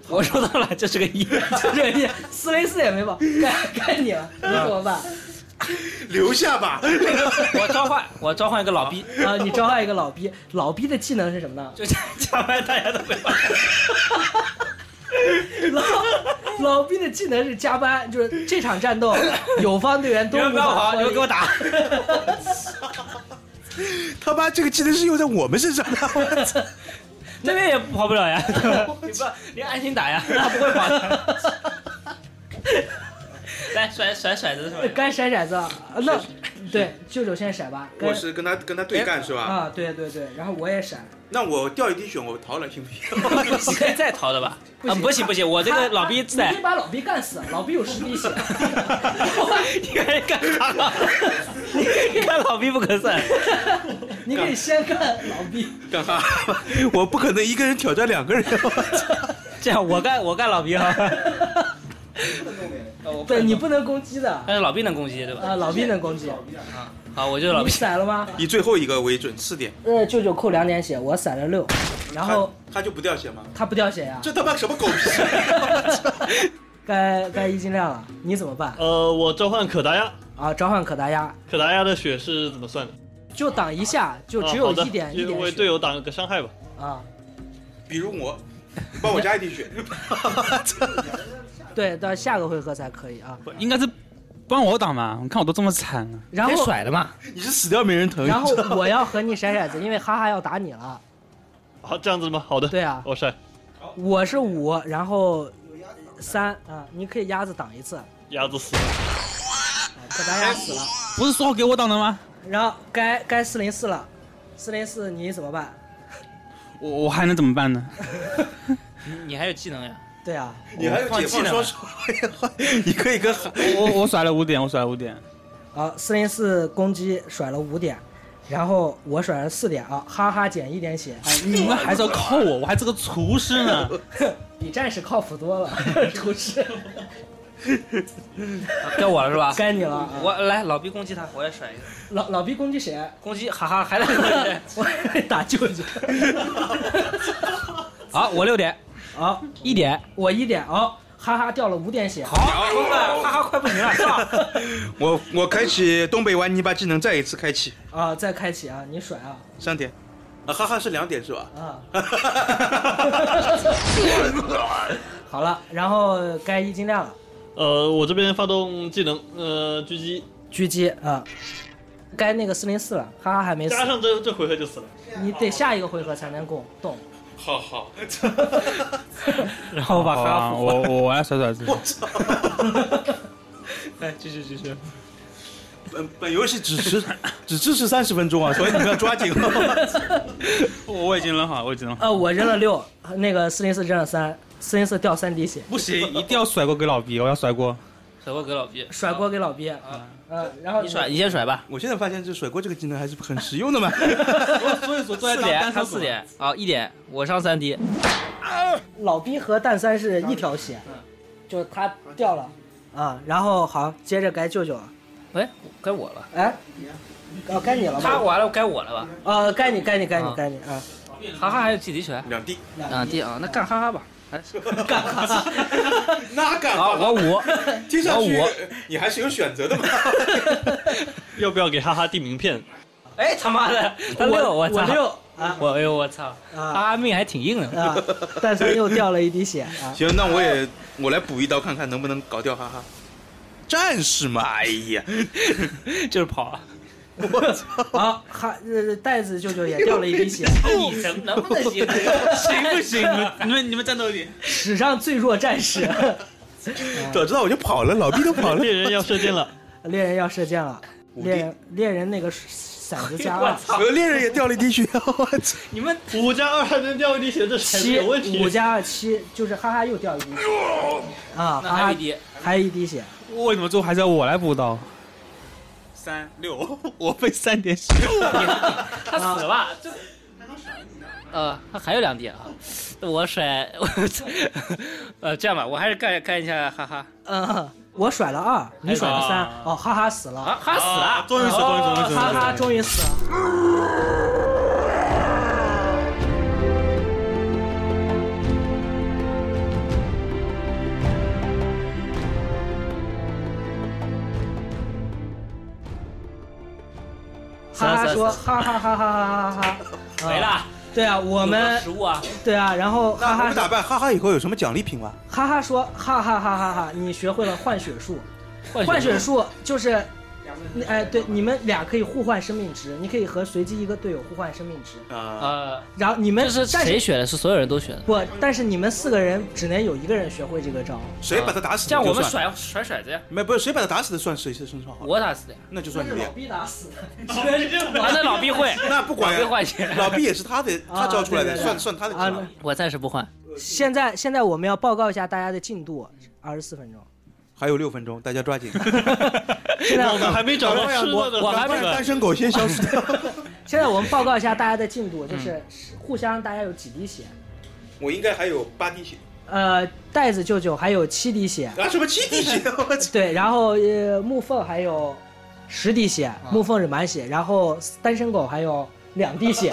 [SPEAKER 2] 我收到了，这是个 一。
[SPEAKER 6] 这也四零四也没跑，该该你了，你怎么办？
[SPEAKER 3] 留下吧。
[SPEAKER 2] 我召唤，我召唤一个老逼，
[SPEAKER 6] 啊，你召唤一个老逼，老逼的技能是什么呢？
[SPEAKER 2] 就加班大家都会 玩。
[SPEAKER 6] 老老逼的技能是加班，就是这场战 斗友方队员都
[SPEAKER 2] 你们
[SPEAKER 6] 无
[SPEAKER 2] 不要
[SPEAKER 6] 法
[SPEAKER 2] 跑，你
[SPEAKER 6] 脱
[SPEAKER 2] 们
[SPEAKER 6] 离
[SPEAKER 2] 给我打。
[SPEAKER 3] 他妈，这个技能是用在我们身上的。
[SPEAKER 2] 那边也跑不了 呀，你不，你安心打呀， 他不会跑的。 来甩甩骰子是吧？
[SPEAKER 6] 该甩骰子了，啊那对舅舅先甩吧。该
[SPEAKER 3] 我是跟他跟他对干是吧？
[SPEAKER 6] 啊，对对对，然后我也闪。
[SPEAKER 3] 那我掉一滴血，我逃了行不行？
[SPEAKER 2] 你可以再逃的吧？
[SPEAKER 6] 不
[SPEAKER 2] 啊，
[SPEAKER 6] 行
[SPEAKER 2] 不行不行，我这个
[SPEAKER 6] 他
[SPEAKER 2] 老逼
[SPEAKER 6] 你
[SPEAKER 2] 在
[SPEAKER 6] 可以，把老逼干死，老逼有十滴血。
[SPEAKER 2] 你看干啥了？你看老逼不可 算，
[SPEAKER 6] 你可以先干老逼，
[SPEAKER 3] 干哈？ 我不可能一个人挑战两个人。
[SPEAKER 2] 这样我干我干老逼啊。
[SPEAKER 6] 对你不能攻击的
[SPEAKER 2] 但是老逼能攻击对吧？
[SPEAKER 6] 啊，老逼能攻击。
[SPEAKER 2] 好，我就是老
[SPEAKER 6] 你
[SPEAKER 2] 兵。
[SPEAKER 6] 闪了吗？
[SPEAKER 3] 以最后一个为准次点，
[SPEAKER 6] 呃，舅舅扣两点血，我闪了六，然后
[SPEAKER 3] 他他就不掉血吗？
[SPEAKER 6] 他不掉血呀、
[SPEAKER 3] 这他妈什么狗屁！
[SPEAKER 6] 该该一斤量了，你怎么办？
[SPEAKER 7] 呃，我召唤可达鸭，
[SPEAKER 6] 啊，召唤可达鸭，
[SPEAKER 7] 可达鸭的血是怎么算的？
[SPEAKER 6] 就挡一下，就只
[SPEAKER 7] 啊
[SPEAKER 6] 有
[SPEAKER 7] 好的
[SPEAKER 6] 一点、一
[SPEAKER 7] 就为
[SPEAKER 6] 点血
[SPEAKER 7] 队友挡个伤害吧。
[SPEAKER 6] 啊。
[SPEAKER 3] 比如我，你帮我加一滴 血，
[SPEAKER 6] 对，到下个回合才可以啊。
[SPEAKER 8] 应该是帮我挡吧？你看我都这么惨了，
[SPEAKER 6] 然
[SPEAKER 2] 该
[SPEAKER 6] 后，
[SPEAKER 2] 甩了嘛？
[SPEAKER 3] 你是死掉没人疼
[SPEAKER 6] 然后我要和你甩骰子，因为哈哈要打你 了。
[SPEAKER 7] 好，这样子吗？好的，
[SPEAKER 6] 对啊
[SPEAKER 7] 我晒
[SPEAKER 6] 我是五，然后三啊，你可以鸭子挡一次，啊
[SPEAKER 7] 鸭子死了。
[SPEAKER 6] 可达鸭死了。
[SPEAKER 8] 不是说好给我挡的吗？
[SPEAKER 6] 然后该该四零四了，四零四你怎么办？
[SPEAKER 8] 我我还能怎么办呢？
[SPEAKER 2] 你你还有技能呀？
[SPEAKER 6] 对啊，
[SPEAKER 3] 你还有解放双手， 你可以跟海
[SPEAKER 8] 我我甩了五点，我甩了五点。
[SPEAKER 6] 啊，四零四攻击甩了五点，然后我甩了四点啊，哈哈减一点血，
[SPEAKER 8] 哎，你们还是要扣我，我还是个厨师呢。
[SPEAKER 6] 比战士靠谱多了， 厨师，
[SPEAKER 2] 该啊我了是吧？
[SPEAKER 6] 该你了啊
[SPEAKER 2] 我来老兵攻击他，我也甩一个
[SPEAKER 6] 老老毕攻击谁？
[SPEAKER 2] 攻击，哈哈，还来攻 击。
[SPEAKER 6] 我打舅舅。
[SPEAKER 2] 好，我六点，
[SPEAKER 6] 啊，
[SPEAKER 2] 一点。
[SPEAKER 6] 我一点啊，哈哈掉了五点血。好，
[SPEAKER 2] 哈哈，快不行了，上。
[SPEAKER 3] 我我开启东北玩泥巴技能，再一次开启
[SPEAKER 6] 啊，再开启啊，你甩啊
[SPEAKER 3] 三点，啊哈哈是两点是 吧？
[SPEAKER 6] 啊。好了，然后该一斤量了，
[SPEAKER 7] 呃，我这边发动技能，呃，狙击，
[SPEAKER 6] 狙击啊。该那个四零四了，哈哈还没死，
[SPEAKER 7] 加上这这回合就死了。
[SPEAKER 6] 你得下一个回合才能动 动。
[SPEAKER 7] 好好，
[SPEAKER 2] 然后把
[SPEAKER 8] 好啊，我我我要甩骰子。
[SPEAKER 3] 哎，继续继续。本本游戏只支 只支持三十分钟啊，所以你们要抓紧哦。
[SPEAKER 8] 我我已经扔好了，我已经扔好了。
[SPEAKER 6] 呃，我扔了六，那个四零四扔了三，四零四掉三滴血，
[SPEAKER 8] 不行，一定要甩锅给老毕，我要甩锅。
[SPEAKER 2] 甩锅给老毕，
[SPEAKER 6] 甩锅给老鳖。啊，嗯，然后
[SPEAKER 2] 你甩，你先甩 吧。
[SPEAKER 3] 我现在发现这甩锅这个技能还是很实用的嘛。
[SPEAKER 8] 所以说
[SPEAKER 2] 四点，他四。点，啊，一点，我上三滴。
[SPEAKER 6] 老逼和蛋三是一条血，
[SPEAKER 2] 嗯
[SPEAKER 6] 就是他掉了啊。然后好，接着该舅舅了。
[SPEAKER 2] 哎，该我了。
[SPEAKER 6] 哎，哦，该你了
[SPEAKER 2] 他
[SPEAKER 6] 吧？
[SPEAKER 2] 完了，该我了吧？
[SPEAKER 6] 呃，该你，该你，该你
[SPEAKER 2] 啊，
[SPEAKER 6] 该你啊！
[SPEAKER 2] 哈哈，还有几滴血？
[SPEAKER 3] 两滴，
[SPEAKER 2] 两滴啊，那干哈哈吧。哎，
[SPEAKER 6] 干哈哈！
[SPEAKER 3] 那敢
[SPEAKER 2] 好，我五。
[SPEAKER 3] 听上去
[SPEAKER 2] 然后
[SPEAKER 3] 你还是有 选择的嘛。
[SPEAKER 7] 要不要给哈哈递名片？
[SPEAKER 2] 哎，他妈的，他六，
[SPEAKER 6] 我
[SPEAKER 2] 操，
[SPEAKER 6] 六啊
[SPEAKER 2] 我哎呦，我操，哈
[SPEAKER 6] 啊
[SPEAKER 2] 哈命还挺硬的。
[SPEAKER 6] 啊！蛋三又掉了一滴血啊！
[SPEAKER 3] 行，那我也我来补一刀，看看能不能搞掉哈哈。战士嘛，哎呀，
[SPEAKER 2] 就是跑啊！
[SPEAKER 3] 我操！
[SPEAKER 6] 好，哈呃袋子舅舅也掉了一滴血，
[SPEAKER 2] 哎你能能不能行？ 行
[SPEAKER 8] 不行，你们你们你们战斗力。
[SPEAKER 6] 史上最弱战士。
[SPEAKER 3] 早知道我就跑了，老毕都 跑了。
[SPEAKER 7] 猎人要射箭了，
[SPEAKER 6] 猎人要射箭了，
[SPEAKER 3] 五
[SPEAKER 6] 猎
[SPEAKER 3] 滴
[SPEAKER 6] 人猎人那个骰子 加
[SPEAKER 2] 我
[SPEAKER 6] 二，
[SPEAKER 2] 操！
[SPEAKER 3] 猎人也掉了一滴血，我操！
[SPEAKER 2] 你们
[SPEAKER 7] 五加二还能掉一滴血，这骰子
[SPEAKER 6] 七
[SPEAKER 7] 有问题。
[SPEAKER 6] 五加二七，就是哈哈又掉一滴血
[SPEAKER 2] 哎
[SPEAKER 6] 啊！
[SPEAKER 2] 那
[SPEAKER 6] 哈
[SPEAKER 2] 还有
[SPEAKER 6] 哈
[SPEAKER 2] 一滴，
[SPEAKER 6] 还有一滴血，
[SPEAKER 8] 为什么最后还是要我来补刀？
[SPEAKER 3] 三六，
[SPEAKER 8] 我被三点血。
[SPEAKER 2] 他死了，就。呃，他还有两滴啊，我甩， 我操，呃，这样吧，我还是干干一下，哈哈，
[SPEAKER 6] 嗯，我甩了二，你甩了三，哦，哈哈死哦了，
[SPEAKER 2] 哎啊，哈死了，
[SPEAKER 8] 终于死，终于死，终于死！
[SPEAKER 6] 哈哈终于死了。哈哈说哈哈哈哈哈哈哈哈，
[SPEAKER 2] 没。了，
[SPEAKER 6] 对啊，我
[SPEAKER 2] 我
[SPEAKER 6] 们
[SPEAKER 2] 食物啊，
[SPEAKER 6] 对啊，然后哈
[SPEAKER 3] 那我
[SPEAKER 6] 哈
[SPEAKER 3] 们打败哈哈以后有什么奖励品吗？
[SPEAKER 6] 哈哈说哈哈哈哈哈，你学会了换血术。换血术就是，你哎，对，你们俩可以互换生命值，你可以和随机一个队友互换生命值，
[SPEAKER 3] 啊，
[SPEAKER 2] 呃，
[SPEAKER 6] 然后你们
[SPEAKER 2] 这是
[SPEAKER 6] 但
[SPEAKER 2] 谁选的？是所有人都选的。
[SPEAKER 6] 不，但是你们四个人只能有一个人学会这个招。
[SPEAKER 3] 谁把他打死？
[SPEAKER 2] 这样我们，甩甩骰子呀，
[SPEAKER 3] 没不是谁把他打死的算谁是身上好，
[SPEAKER 2] 我打 死的呀。
[SPEAKER 3] 那就算你脸。
[SPEAKER 6] 毕打死的，
[SPEAKER 2] 啊，那老毕会，
[SPEAKER 3] 那不管
[SPEAKER 2] 老毕换血，
[SPEAKER 3] 老毕也是他的，他招出来的，
[SPEAKER 6] 对对对
[SPEAKER 3] 算算他的
[SPEAKER 6] 啊
[SPEAKER 3] 奖。
[SPEAKER 2] 我暂时不换。
[SPEAKER 6] 现在现在我们要报告一下大家的进度，二十四 分钟。
[SPEAKER 3] 还有六分钟，大家抓紧。
[SPEAKER 6] 现在
[SPEAKER 7] 我们还没找到吃的呢，
[SPEAKER 2] 我还没
[SPEAKER 7] 赶快
[SPEAKER 3] 单身狗先消失掉。
[SPEAKER 6] 现在我们报告一下大家的进度，就是
[SPEAKER 2] 嗯
[SPEAKER 6] 互相大家有几滴血。
[SPEAKER 3] 我应该还有八滴血
[SPEAKER 6] 呃，袋子舅舅还有七滴血，
[SPEAKER 3] 啊？什么七滴血？我操！
[SPEAKER 6] 对，然后呃，木凤还有十滴血，
[SPEAKER 2] 啊
[SPEAKER 6] 木凤是满血，然后单身狗还有两滴血，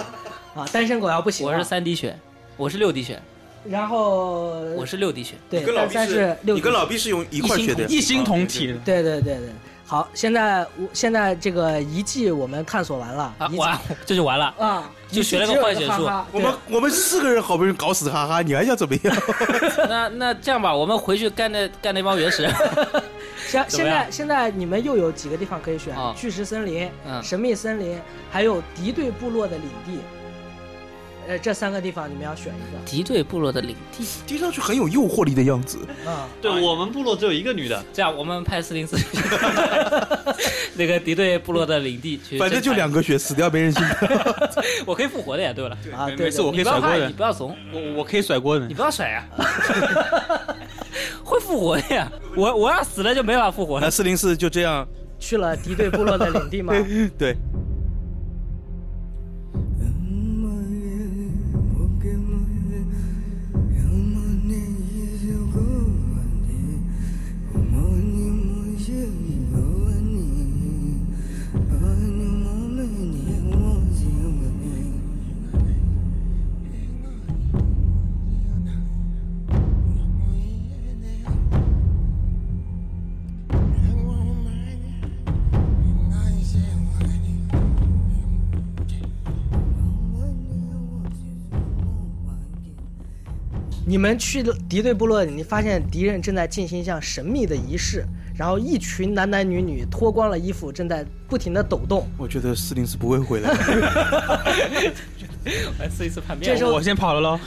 [SPEAKER 6] 啊，单身狗要不行
[SPEAKER 2] 我
[SPEAKER 6] 了
[SPEAKER 2] 是，三滴血，我是六滴血，
[SPEAKER 6] 然后
[SPEAKER 2] 我是六滴血。
[SPEAKER 6] 对，
[SPEAKER 3] 跟老
[SPEAKER 6] 但
[SPEAKER 3] 毕
[SPEAKER 6] 但是六
[SPEAKER 3] 你跟
[SPEAKER 6] 滴血
[SPEAKER 3] 老毕是用一块血的呀，
[SPEAKER 8] 一心同体
[SPEAKER 3] 啊。
[SPEAKER 6] 对对对对，好，现在我现在这个遗迹我们探索完了，
[SPEAKER 2] 啊，
[SPEAKER 6] 遗迹
[SPEAKER 2] 完，这就完了。
[SPEAKER 6] 啊，
[SPEAKER 2] 就学了个幻血术
[SPEAKER 3] 对我们我们四个人好不容易搞死哈哈，你还想怎么样？
[SPEAKER 2] 那那这样吧，我们回去干那干那帮原石。
[SPEAKER 6] 现
[SPEAKER 2] 怎
[SPEAKER 6] 现
[SPEAKER 2] 么样
[SPEAKER 6] 在现在你们又有几个地方可以选
[SPEAKER 2] 啊？
[SPEAKER 6] 巨石森林、
[SPEAKER 2] 嗯
[SPEAKER 6] 神秘森林，还有敌对部落的领地。呃，这三个地方你们要选一个
[SPEAKER 2] 敌对部落的领地。
[SPEAKER 3] 听上去很有诱惑力的样子。
[SPEAKER 6] 啊。
[SPEAKER 7] 对我们部落只有一个女的，
[SPEAKER 2] 这样，我们派四 零四那个敌对部落的领地去。
[SPEAKER 3] 反正就两，个血，死掉没人信。
[SPEAKER 2] 我可以复活的呀。对了，
[SPEAKER 6] 啊，
[SPEAKER 8] 没
[SPEAKER 6] 对
[SPEAKER 8] 没事，
[SPEAKER 6] 对
[SPEAKER 8] 我可
[SPEAKER 2] 你
[SPEAKER 8] 以
[SPEAKER 2] 不
[SPEAKER 8] 甩
[SPEAKER 2] 要
[SPEAKER 8] 锅
[SPEAKER 2] 怕，
[SPEAKER 8] 的
[SPEAKER 2] 你，不要怂，
[SPEAKER 8] 我我可以甩锅的
[SPEAKER 2] 你。不要甩 呀、会复活的呀。我我要死了就没法复活
[SPEAKER 3] 那
[SPEAKER 2] 了。
[SPEAKER 3] 四零四就这样，
[SPEAKER 6] 去了敌对部落的领地吗？
[SPEAKER 3] 对，
[SPEAKER 6] 你们去了敌对部落，你发现敌人正在进行一项神秘的仪式，然后一群男男女女脱光了衣服，正在不停的抖动。
[SPEAKER 3] 我觉得四零四不会回来。
[SPEAKER 2] 四零四叛变
[SPEAKER 6] 这时候
[SPEAKER 8] 我先跑了喽。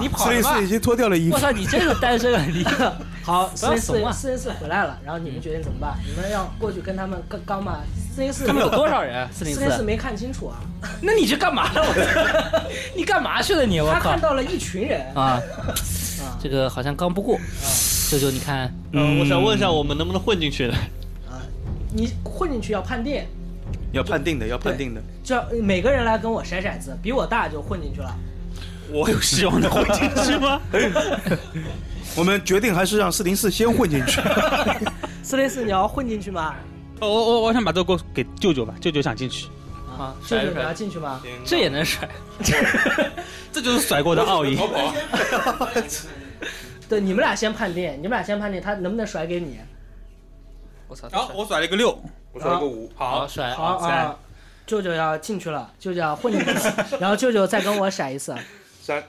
[SPEAKER 2] 你跑
[SPEAKER 3] 四
[SPEAKER 2] 什
[SPEAKER 3] 零
[SPEAKER 2] 么
[SPEAKER 3] 四已？经脱 掉了衣
[SPEAKER 2] 我
[SPEAKER 3] 服，
[SPEAKER 2] 操，你真是单身啊！你
[SPEAKER 6] 好，
[SPEAKER 2] 不
[SPEAKER 6] 四
[SPEAKER 2] 要怂
[SPEAKER 6] 零四
[SPEAKER 2] 啊
[SPEAKER 6] 四零四回来了，然后你
[SPEAKER 2] 嗯
[SPEAKER 6] 们决定怎么办？你们要过去跟他们刚刚嘛？四零四
[SPEAKER 2] 他们有多少人啊？四零
[SPEAKER 6] 四零四
[SPEAKER 2] 四？
[SPEAKER 6] 没看清楚啊，
[SPEAKER 2] 那你去干嘛了？我 你干嘛去了你？我
[SPEAKER 6] 他
[SPEAKER 2] 靠
[SPEAKER 6] 看！到了一群人，
[SPEAKER 2] 啊，这个好像刚不过。
[SPEAKER 6] 啊
[SPEAKER 2] 舅舅，你看，
[SPEAKER 7] 嗯，我想问一下，我们能不能混进去呢？
[SPEAKER 6] 你混进去要判定，
[SPEAKER 3] 要判定的，要判定的。
[SPEAKER 6] 就要每个人来跟我甩骰子，比我大就混进去了。
[SPEAKER 8] 我有希望的回进去吗？
[SPEAKER 3] 我们决定还是让四零四先混 进去。
[SPEAKER 6] 四零四，你要混进去吗？
[SPEAKER 8] 我我我想把这个锅给舅舅吧，舅舅想进去，
[SPEAKER 6] 啊
[SPEAKER 2] 啊，
[SPEAKER 6] 舅
[SPEAKER 2] 甩
[SPEAKER 6] 舅
[SPEAKER 2] 一
[SPEAKER 6] 你
[SPEAKER 2] 甩
[SPEAKER 6] 要进去吗？
[SPEAKER 2] 这也能甩？
[SPEAKER 8] 这就是甩锅的奥义。
[SPEAKER 6] 对，你们俩先判定，你们俩先判定他能不能甩给你。
[SPEAKER 2] 我操！
[SPEAKER 8] 好，我甩了一个六。
[SPEAKER 3] 我
[SPEAKER 6] 说了个
[SPEAKER 3] 五，
[SPEAKER 2] 好
[SPEAKER 8] 好，
[SPEAKER 2] 甩
[SPEAKER 6] 好
[SPEAKER 2] 啊！
[SPEAKER 6] 啊，舅舅要进去了，舅舅要混进去了，然后舅舅再跟我甩一次，
[SPEAKER 3] 三，